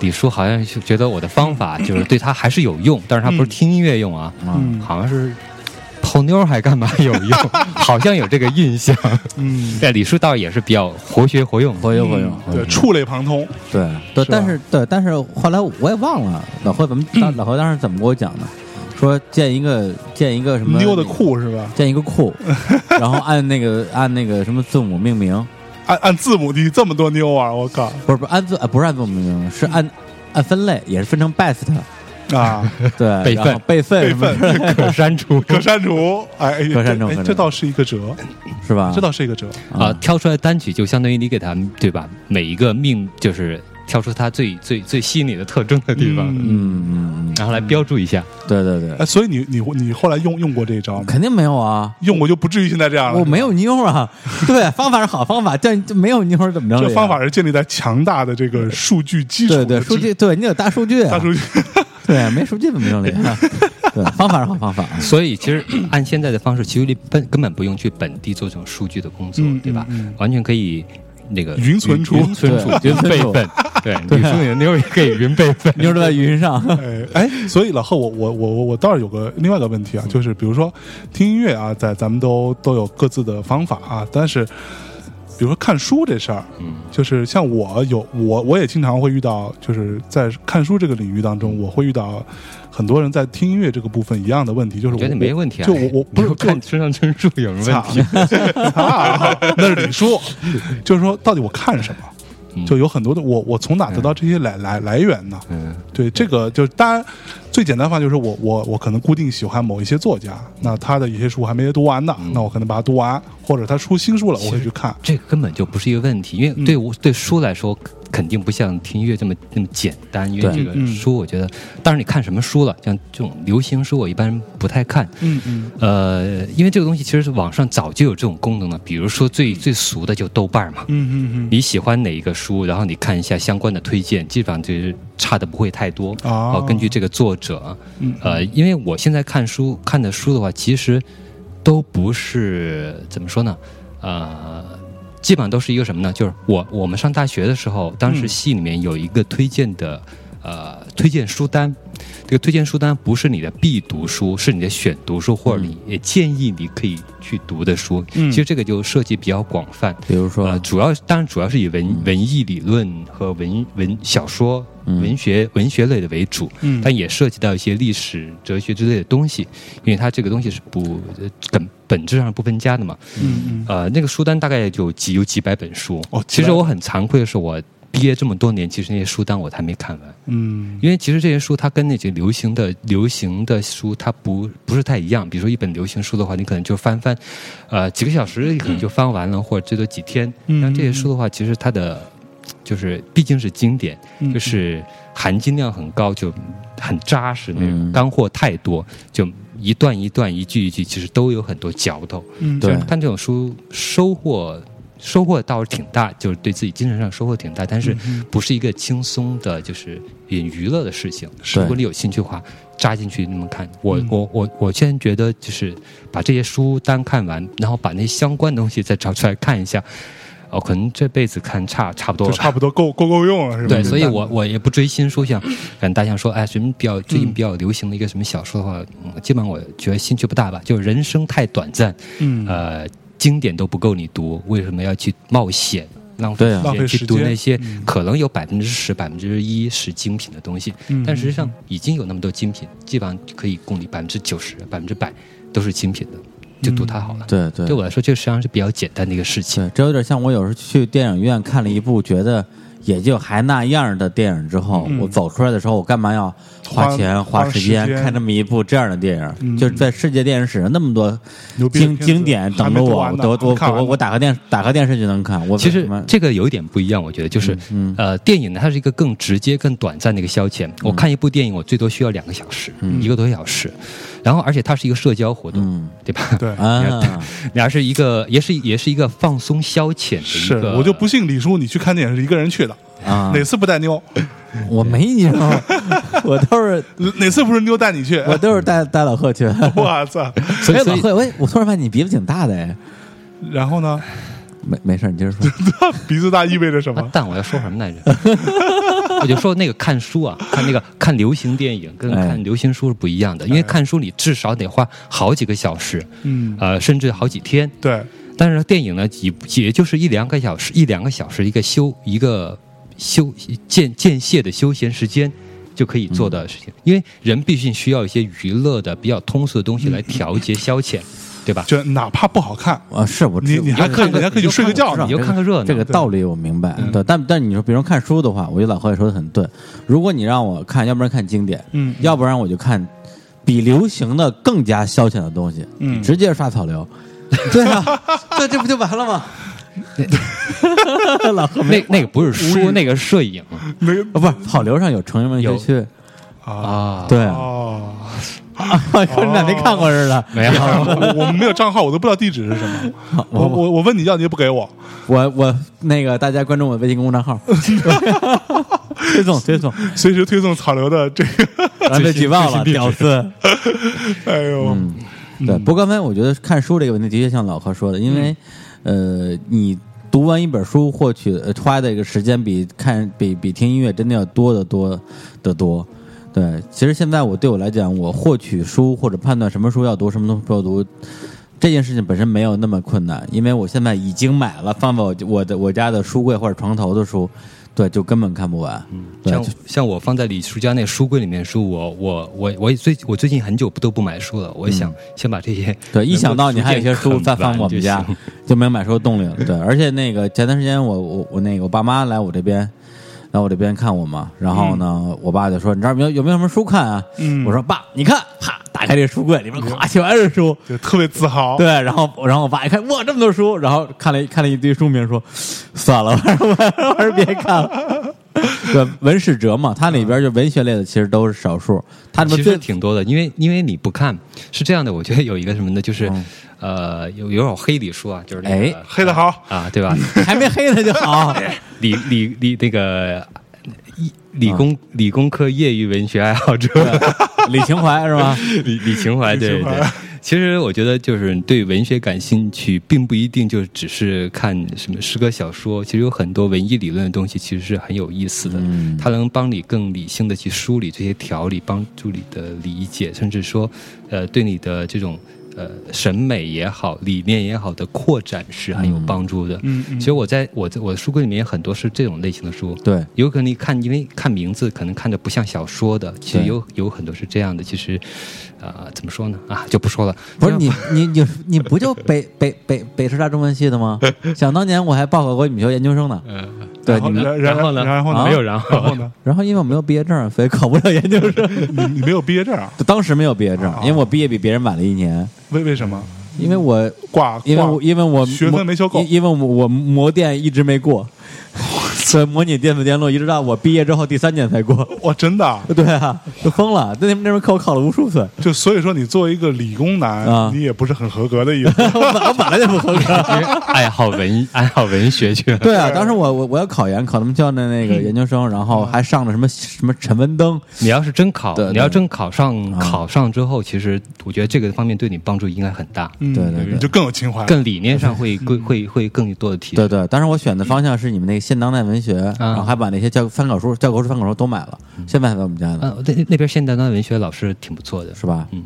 李叔好像是觉得我的方法就是对他还是有用，但是他不是听音乐用啊，嗯好像是泡妞儿还干嘛有用， (laughs) 好像有这个印象。嗯，但李叔倒也是比较活学活用，活跃活跃，对，触类旁通，对对，是吧但是对，但是后来我也忘了老何怎么当老何当时怎么给我讲的，说建一个建一个什么溜的，酷是吧？建一个 (laughs) 库，然后按那个按那个什么字母命名，按按字母的这么多妞啊，我靠不是不是按字啊不是按字母命名，是按按分类，也是分成 best (laughs) 啊，对备然后份备份备什么份 (laughs) 的可删除可删除，哎，哎可删除这可删除啊哎这倒是一个辙，是吧？这倒是一个辙，啊，挑出来单曲就相当于你给他们对吧？每一个命就是挑出他最最最吸引你的特征的地方，嗯嗯嗯嗯，然后来标注一下。对对对哎，，所以你你你后来用用过这一招吗？肯定没有啊。用过就不至于现在这样了。我没有妞 (laughs) 啊，对，方法是好方法，但就没有妞怎么着？这方法是建立在强大的这个数据基础对的对，支数据对你得有大数据啊，大数据， (laughs) 对，没数据怎么整理？ (laughs) 对，方法是好方法。所以其实按现在的方式，其实你本根本不用去本地做这种数据的工作，嗯对吧？嗯嗯完全可以那个云存储云存储、对云备 (laughs) 份。对，你说你的妞也可以云备份。妞儿都在云 (laughs) 上，哎哎，所以老贺，我我我我我倒是有个另外一个问嗯题啊，就是比如说听音乐啊，在咱们都都有各自的方法啊，但是比如说看书这事儿，嗯，就是像我有我我也经常会遇到，就是在看书这个领域当嗯中，我会遇到很多人在听音乐这个部分一样的问题，就是我觉得我没问题啊，就我我不是没有就看村上春树有什么问题？ (laughs) 啊，那是李 (laughs) 叔，就是说到底我看什么，嗯就有很多的我我从哪得到这些来来来源呢？嗯，对，这个就是当然最简单的方法就是我我我可能固定喜欢某一些作家，那他的一些书还没读完呢，嗯那我可能把它读完，或者他出新书了，我会去看。这根本就不是一个问题，因嗯为对我对书来说，肯定不像听音乐这么那么简单。因为对这嗯个嗯书，我觉得，当然你看什么书了，像这种流行书，我一般不太看。嗯嗯呃，因为这个东西其实是网上早就有这种功能了，比如说最最俗的就豆瓣儿嘛，嗯嗯你喜欢哪一个书，然后你看一下相关的推荐，基本上就是差的不会太多。呃哦根据这个作者，嗯呃，因为我现在看书看的书的话，其实都不是怎么说呢，呃。基本上都是一个什么呢？就是我我们上大学的时候，当嗯时系里面有一个推荐的、呃推荐书单，这个推荐书单不是你的必读书，是你的选读书，或者你也建议你可以去读的书。嗯其实这个就涉及比较广泛，比如呃，啊说，主要当然主要是以文文艺理论和文文小说、嗯文学文学类的为主，嗯但也涉及到一些历史、哲学之类的东西，因为它这个东西是不呃本本质上是不分家的嘛。嗯嗯，呃，那个书单大概有几有几百本书。哦几其百实我很惭愧的是，我毕业这么多年，其实那些书单我还没看完。嗯因为其实这些书它跟那些流行的流行的书它不不是太一样。比如说一本流行书的话，你可能就翻翻，呃，几个小时你可能就翻完了，或者最多几天。嗯那这些书的话，其实它的就是毕竟是经典，嗯就是含金量很高，就很扎实那种，嗯干货太多，就一段一段、一句一句，其实都有很多嚼头。嗯对但这种书收获收获倒是挺大，就是对自己精神上收获挺大，但嗯是不是一个轻松的，就是也娱乐的事情。是如果你有兴趣的话，扎进去那么看。我、嗯我我我现在觉得就是把这些书单看完，然后把那相关的东西再找出来看一下。哦，可能这辈子看差差不嗯多就了吧。差不多够够够用了，是吧？对，所以我我也不追新 (clears throat) 书，像感大象说，哎，什么比较最近嗯比较流行的一个什么小说的话，嗯基本上我觉得兴趣不大吧，就是人生太短暂，嗯呃呃，经典都不够你读，为什么要去冒险？浪费对啊浪费时去读间那些嗯可能有百分之十、百分之一是精品的东西，嗯但实际上已经有那么多精品，基本上可以供你百分之九十、百分之百都是精品的，嗯就读它好了。对对对我来说，这实际上是比较简单的一个事情。对，这有点像我有时候去电影院看了一部觉得也就还那样的电影之后，我走出来的时候，我干嘛要花钱嗯花花时间花时间看这么一部这样的电影？嗯就是在世界电影史上那么多牛逼的经片子经典还等没着读我，完呢我还没我看我完我呢我打开电打开电视就能看。我其为实什么这个有一点不一样，我觉得嗯就是，呃，电影呢，它是一个更直接、更短暂的一个消嗯遣。我看一部电影，我最多需要两个小时，一个多小时，然后而且它是一个社交活动 (laughs) 嗯，对吧？对，啊，然后是一个，也是也是一个放松消遣是的一个。我就不信李叔你去看电影是一个人去的，啊哪次不带妞？我没你， (laughs) 我都是哪次不是妞带你去？我都是带带老贺去。 (laughs) 我操！所以所哎，老以贺，喂，我突然发现你鼻子挺大的哎。然后呢？没没事，你接 (laughs) 着说。鼻子大意味着什啊 (laughs) 么？但我要说什么来着？ (laughs) 我就说那个看书啊，看那个看流行电影跟哎看流行书是不一样的，因为看书你至少得花好几个小时，哎嗯，呃，甚至好几天。对，但是电影呢，也也就是一两个小时，一两个小时一个休一个休间间歇的休闲时间就可以嗯做的事情，因为人毕竟需要一些娱乐的比较通俗的东西嗯来调节消遣，对吧？就哪怕不好看，啊，是我你知你还可以，你还可以去睡个觉呢你。就看个热闹。这个道理我明白，嗯对，但但你说，比如看书的话，我觉得老何也说的很对。如果你让我看，要不然看经典，嗯要不然我就看比流行的更加消遣的东西，嗯直接刷草流，对啊，这这不就完了吗？ (laughs) 老何那那个不是书，那个摄影那个啊，不是草流上有成人文学区，啊啊，对，啊，哦， (laughs) 我说你咋没看过似的？没有。我我们没有账号，我都不知道地址是什啊么。我我我问你要，你也不给我。我我那个大家关注我的微信公众号，推送推送，随时推送草流的这个，然后被举报了，屌丝。哎呦，嗯对，不过刚才我觉得看书这个问题的确像老何说的，因为、呃，你读完一本书获取、呃、花的这个时间比看比比听音乐真的要多得多得多。对，其实现在我对我来讲，我获取书或者判断什么书要读，什么东西不要读，这件事情本身没有那么困难，因为我现在已经买了放在我我的我家的书柜或者床头的书，对，就根本看不完。对，像就像我放在李叔家那书柜里面的书，我我我我最我最近很久不都不买书了，我想先把这些嗯对，一想到你还有一些书在放我们家能够逐渐啃完就行， (laughs) 就没有买书的动力了。对，而且那个前段时间我我我那个我爸妈来我这边，来我这边看我嘛，然后呢，嗯我爸就说：“你这儿有没有有没有什么书看啊？”我说：“爸，你看，啪，打开这书柜，里嗯面咵全是书。”就特别自豪。 (laughs) 对，然后然后我爸一看，哇，这么多书，然后看了一看了一堆书名，说算了，我还是我还是别看了。对，文史哲嘛，它里边就文学类的其实都是少数，它里其面最实挺多的，因为因为你不看是这样的，我觉得有一个什么呢，就是、呃有有种黑李叔啊，就是那个、嗯哎黑的好，啊，对吧？还没黑的就 (laughs) 好。 (laughs) 理理理那个一理工、嗯理工科业余文学爱好者，李情怀是吧？理理情怀，对对对。其实我觉得，就是对文学感兴趣，并不一定就只是看什么诗歌、小说。其实有很多文艺理论的东西，其实是很有意思的。它能帮你更理性的去梳理这些条理，帮助你的理解，甚至说，呃，对你的这种呃审美也好、理念也好的扩展是很有帮助的。嗯其实我在我在我的书柜里面有很多是这种类型的书，对有可能你看，因为看名字可能看的不像小说的，其实对有有很多是这样的。其实，呃，怎么说呢？啊，就不说了。 (laughs) 不是你你你你不就北北北北师大中文系 (laughs) 的吗？想当年我还报考过你们学校研究生呢。对，嗯然后你们然然后呢啊然后呢？没有然后然后呢？然后因为我没有毕业证，所以考不了研究 (laughs) 生。你你没有毕业证啊？当时没有毕业啊证，因为我毕业比别人晚了一年，为为什么？因为我挂因为挂我因为我学分没修够因因为我我模电一直没过，所以模拟电子电路一直到我毕业之后第三年才过。哇，真的啊，对啊，都疯了，那那边考我考了无数次， (laughs) 就所以说你作为一个理工男，啊你也不是很合格 (laughs) 的意思。我本我本来就不合格。因为爱哎好 (laughs) 文爱好文学 (laughs) 去了。对啊，当时我我我要考研，考他们学校的那个研究生，然后还上了什么什么陈文灯，你要是真考对，对你要真考上考上之后，其实我觉得这个方面对你帮助应该很大，嗯对对对你就更有情怀。更理念上会 (laughs) 会会会更多的提对升。对。当时我选的方向是你们那个现当代文学，然后还把那些教参考书、教科书、参考书都买了，现在还在我们家呢，嗯，那那边现代当代文学老师挺不错的，是吧？ (laughs) 嗯，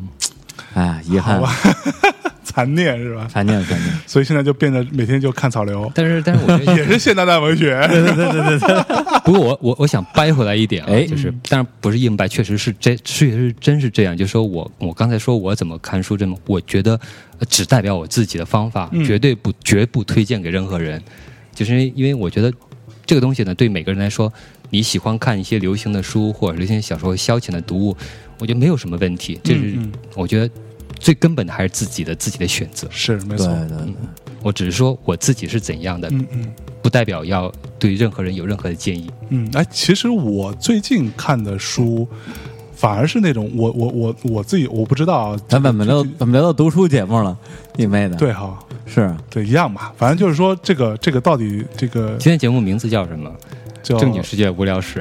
哎，遗憾，残念是吧？残念残念，所以现在就变得每天就看草榴，但是但是我 (laughs) 觉得，也是现代代文学。嗯不过我我我想掰回来一点啊，哎就是嗯当然不是硬掰，确实是这确实是真是这样。就说我我刚才说我怎么看书，这么我觉得呃只代表我自己的方法，嗯绝对不绝不推荐给任何人，就是因为我觉得这个东西呢，对每个人来说，你喜欢看一些流行的书或者流行小说消遣的读物，我觉得没有什么问题。这是嗯嗯我觉得最根本的还是自己的自己的选择。是没对错，对对，我只是说我自己是怎样的，嗯嗯不代表要对任何人有任何的建议。嗯。哎，其实我最近看的书，反而是那种我我我我自己我不知道啊，嗯咱怎么聊怎么聊到读书节目了？你妹的！，对哈，是对一样吧，反正就是说这个这个到底这个今天节目名字叫什么？叫正经世界无聊事。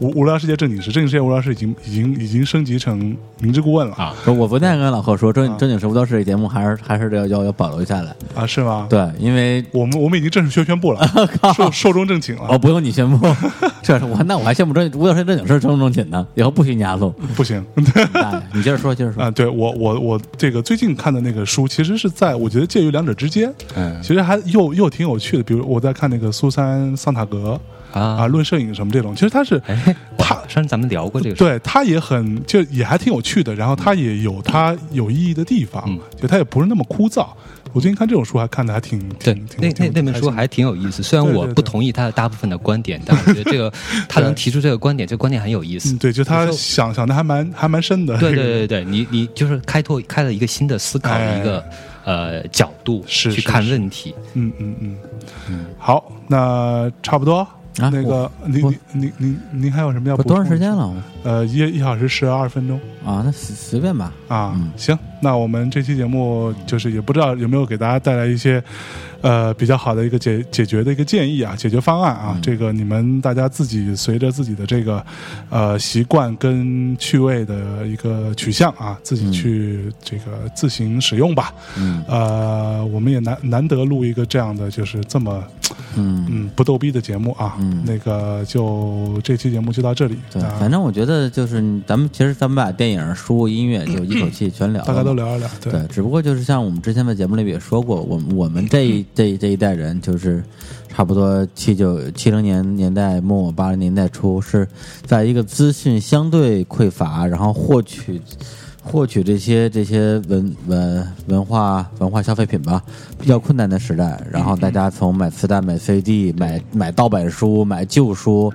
无无聊世界正经事，正经世界无聊事已经已经已经升级成明知故问了啊不是我昨天跟老贺说，正正经是无聊事这节目还是还是要要要保留下来。啊，是吗？，对，因为我们我们已经正式宣宣布 (laughs) 了，寿寿终正寝了哦，，不用你宣布， (laughs) 这是我那我还宣布正无聊事正经事正不正经呢？以后不许你压路。不行。 (laughs) 大爷你接着说，接着啊、说。对我我我这个最近看的那个书，其实是在我觉得介于两者之间，嗯其实还又又挺有趣的。比如我在看那个苏珊桑塔格啊，啊，论摄影什么这种，其实它是哎，他上次咱们聊过这个事。对它也很就也还挺有趣的，然后它也有它有意义的地方，嗯就它也不是那么枯燥。我最近看这种书还看的还挺对挺，挺那那挺那本开书心的还挺有意思，虽然对对我对不同意他的大部分的观点，但我觉得这个他能提出这个观点，这个观点很有意思嗯，。对，就他想想的还蛮还蛮深的，对这对个对对对，你你就是开拓开了一个新的思考哎的一个呃角度是去是看问 (laughs) 题。嗯嗯嗯，好，那差不多。那个，您啊我您您您您还有什么要不补多充长时的间了？呃，一一小时十二分钟啊，那随随便吧。啊。嗯行，那我们这期节目就是也不知道有没有给大家带来一些呃比较好的一个解解决的一个建议啊，解决方案啊。嗯这个你们大家自己随着自己的这个呃习惯跟趣味的一个取向啊，自己去这个自行使用吧。嗯呃，我们也难难得录一个这样的就是这么。嗯，嗯，不逗逼的节目啊，嗯那个就这期节目就到这里，对，啊反正我觉得就是你咱们其实咱们把电影、书、音乐就一口气全聊了，大家都。聊一聊，对，对，只不过就是像我们之前在节目里也说过，我们我们这一这一这一代人，就是差不多七九七零年年代末八零年代初，是在一个资讯相对匮乏，然后获取获取这些这些文文文化文化消费品吧比较困难的时嗯代，然后大家从买磁带、买 CD、买买盗版书、买旧书，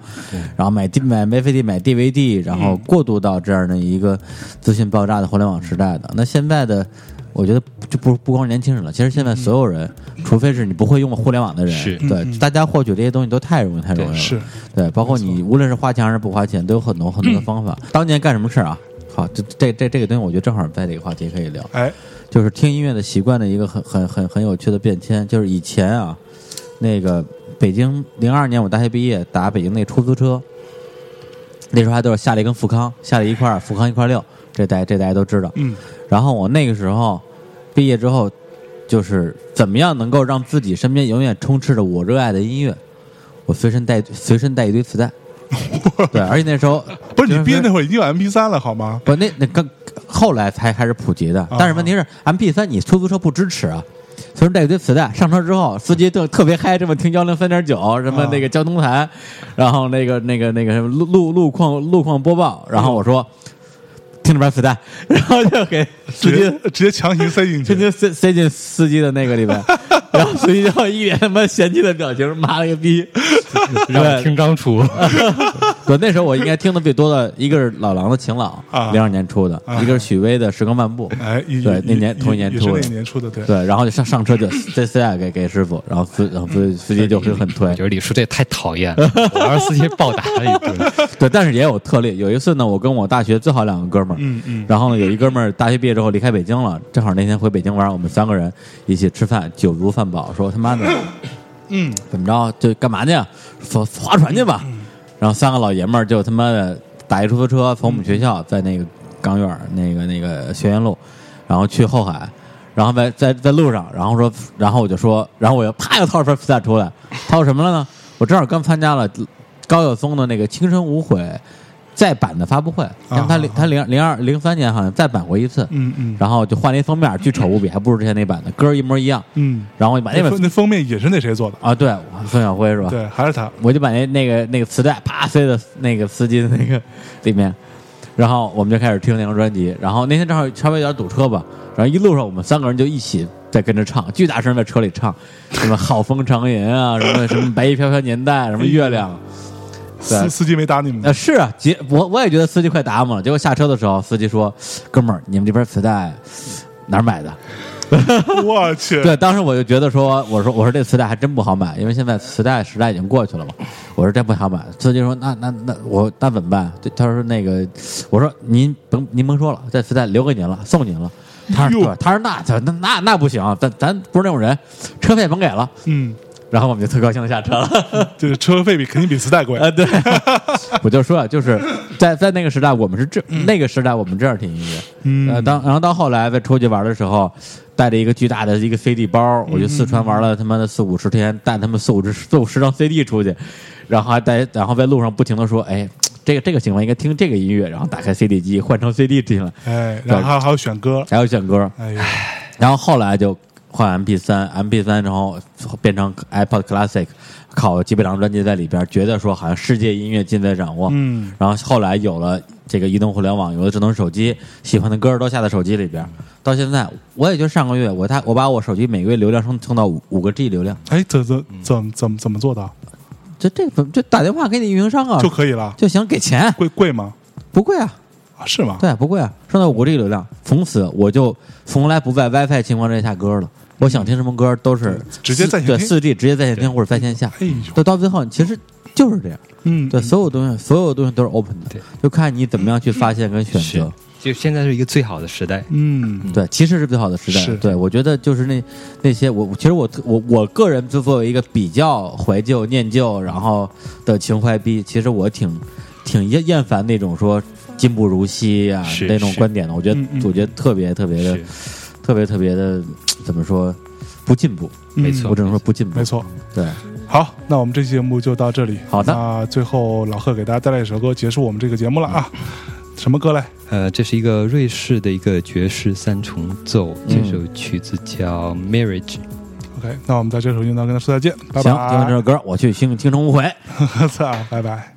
然后买 D 买 VCD、买 DVD，然嗯后过渡到这样的一个资讯爆炸的互联网时代的。那现在的。我觉得就不不光是年轻人了，其实现在所有人，除非是你不会用互联网的人，是对嗯嗯嗯大家获取这些东西都太容易太容易了，是对，包括你无论是花钱还是不花钱，都有很多很多的方法。当年干什么事儿啊？好，这这这这个东西，我觉得正好在这个话题可以聊，哎，就是听音乐的习惯的一个很很很很有趣的变迁。就是以前啊，那个北京零二年我大学毕业打北京那出租车，那时候还都是夏利跟富康，夏利一块二，富康一块六，这大家这大家都知道。嗯，然后我那个时候毕业之后，就是怎么样能够让自己身边永远充斥着我热爱的音乐，我随身带随身带一堆 (laughs) 磁带。对，而且那时候不是你毕业那会会儿已经有 MP 三了好吗？不那那刚后来才开始普及的，但是问题是 M P 三你出租车不支持啊。随身带一堆磁带，上车之后，司机就特别嗨，这么听幺零三点九，什么那个交通台，然后那个那个那个什么路路路况路况播报，然后我说听这边磁带，然后就给司直机接直接强行塞进直去，接塞塞进司机的那个里边，然后司机就一脸他妈嫌弃的表情，妈了个逼！让我听张楚，对，那时候我应该听的最多的一个是老狼的《晴朗啊》，零二年出的，一个是许巍的《时光漫步》，哎，一对，那年一同一年也是出那的一。年出的，对，对，然后就上上车就塞塞啊给给师傅，然后司然后司司机就会很推我觉，得李叔这也太讨厌了，我让司机暴打他一顿。 (laughs) 对，但是也有特例。有一次呢，我跟我大学最好两个哥们儿，嗯嗯然后呢，有一哥们儿大学毕业之后离开北京了，正好那天回北京玩，我们三个人一起吃饭，酒足饭饱，说他妈的，嗯，怎么着就干嘛去啊？说划船去吧。然后三个老爷们儿就他妈的打一出租车从我们学校在那个港院儿那个那个学院路，然后去后海，然后在在在路上，然后说，然后我就说，然后我又啪又掏出份磁带出来，掏出什么了呢？我正好刚参加了高晓松的那个《青春无悔》再版的发布会，像他零他零零二零三年好像再版过一次，啊嗯嗯然后就换了一封面，巨丑无比，还不如之前那版的，歌一模一样，嗯，然后我就把那啊那本封那封面也是那谁做的？啊，对，孙晓辉是吧？对，还是他。我就把那那个那个磁带啪塞到那个司机的那个里面，然后我们就开始听那张专辑。然后那天正好稍微有点堵车吧，然后一路上我们三个人就一起在跟着唱，巨大声在车里唱，什么《好风长吟》啊，什么什么《白衣飘飘年代》，什么月亮。对司司机没打你们呃，是啊，结我我也觉得司机快打我们了。结果下车的时候，司机说：“哥们儿，你们这边磁带哪儿买的？”我去，呃对，当时我就觉得说，我说我说这磁带还真不好买，因为现在磁带时代已经过去了嘛。我说真不好买。司机说那那那我那怎么办？对他说那个，我说您甭您甭说了，这磁带留给您了，送您了。他说哟对他说那那那那不行，咱咱不是那种人，车费甭给了。嗯，然后我们就特高兴的下车了。就是车费比肯定比磁带贵。啊，对， (laughs) 我就说啊，就是在在那个时代，我们是这、那个时代，我们这样听音乐。嗯呃，当然后到后来再出去玩的时候，带着一个巨大的一个 CD 包，我去四川玩了他妈的四五十天，带他们四五十四五十张 CD 出去，然后还带，然后在路上不停的说，哎，这个这个情况应该听这个音乐，然后打开 CD 机换成 CD 进来，哎，然后还有还有选歌，还有选歌，哎呦，然后后来就换 MP 三，MP 三然后变成 iPod Classic，考几百张专辑在里边，觉得说好像世界音乐尽在掌握。嗯，然后后来有了这个移动互联网，有了智能手机，喜欢的歌儿都下在手机里边。到现在，我也就上个月，我他我把我手机每个月流量升升到五五个 G 流量，哎，怎怎嗯怎怎么怎么做的这这这打电话给你运营商啊，就可以了？就行，给钱贵贵吗？不贵啊。啊，是吗？对，不贵啊，升到五 G 流量，从此我就从来不在 WiFi 情况之下下歌了。我想听什么歌都是直接在线对听四 G 直接在线听或者在线下。哎呦对，到最后其实就是这样。嗯，对，所有东西所有东西都是 open 的对，就看你怎么样去发现跟选择。就现在是一个最好的时代。嗯，对，其实是最好的时代是。对，我觉得就是那那些我其实我我我个人就作为一个比较怀旧、念旧，然后的情怀逼，其实我挺挺厌厌烦那种说今不如昔啊是那种是观点的。我觉得嗯嗯我觉得特别特别的是特别特别的怎么说不进步，没错我只能说不进步。没，错。对，好，那我们这期节目就到这里。好的那最后老贺给大家带来一首歌，结束我们这个节目了啊。嗯什么歌嘞？呃，这是一个瑞士的一个爵士三重奏，这首曲子叫《Marriage》。 OK，那我们在这首音当跟他说再见，拜拜。 (laughs) 行，听完这首歌，我去听听城无悔。这，拜拜。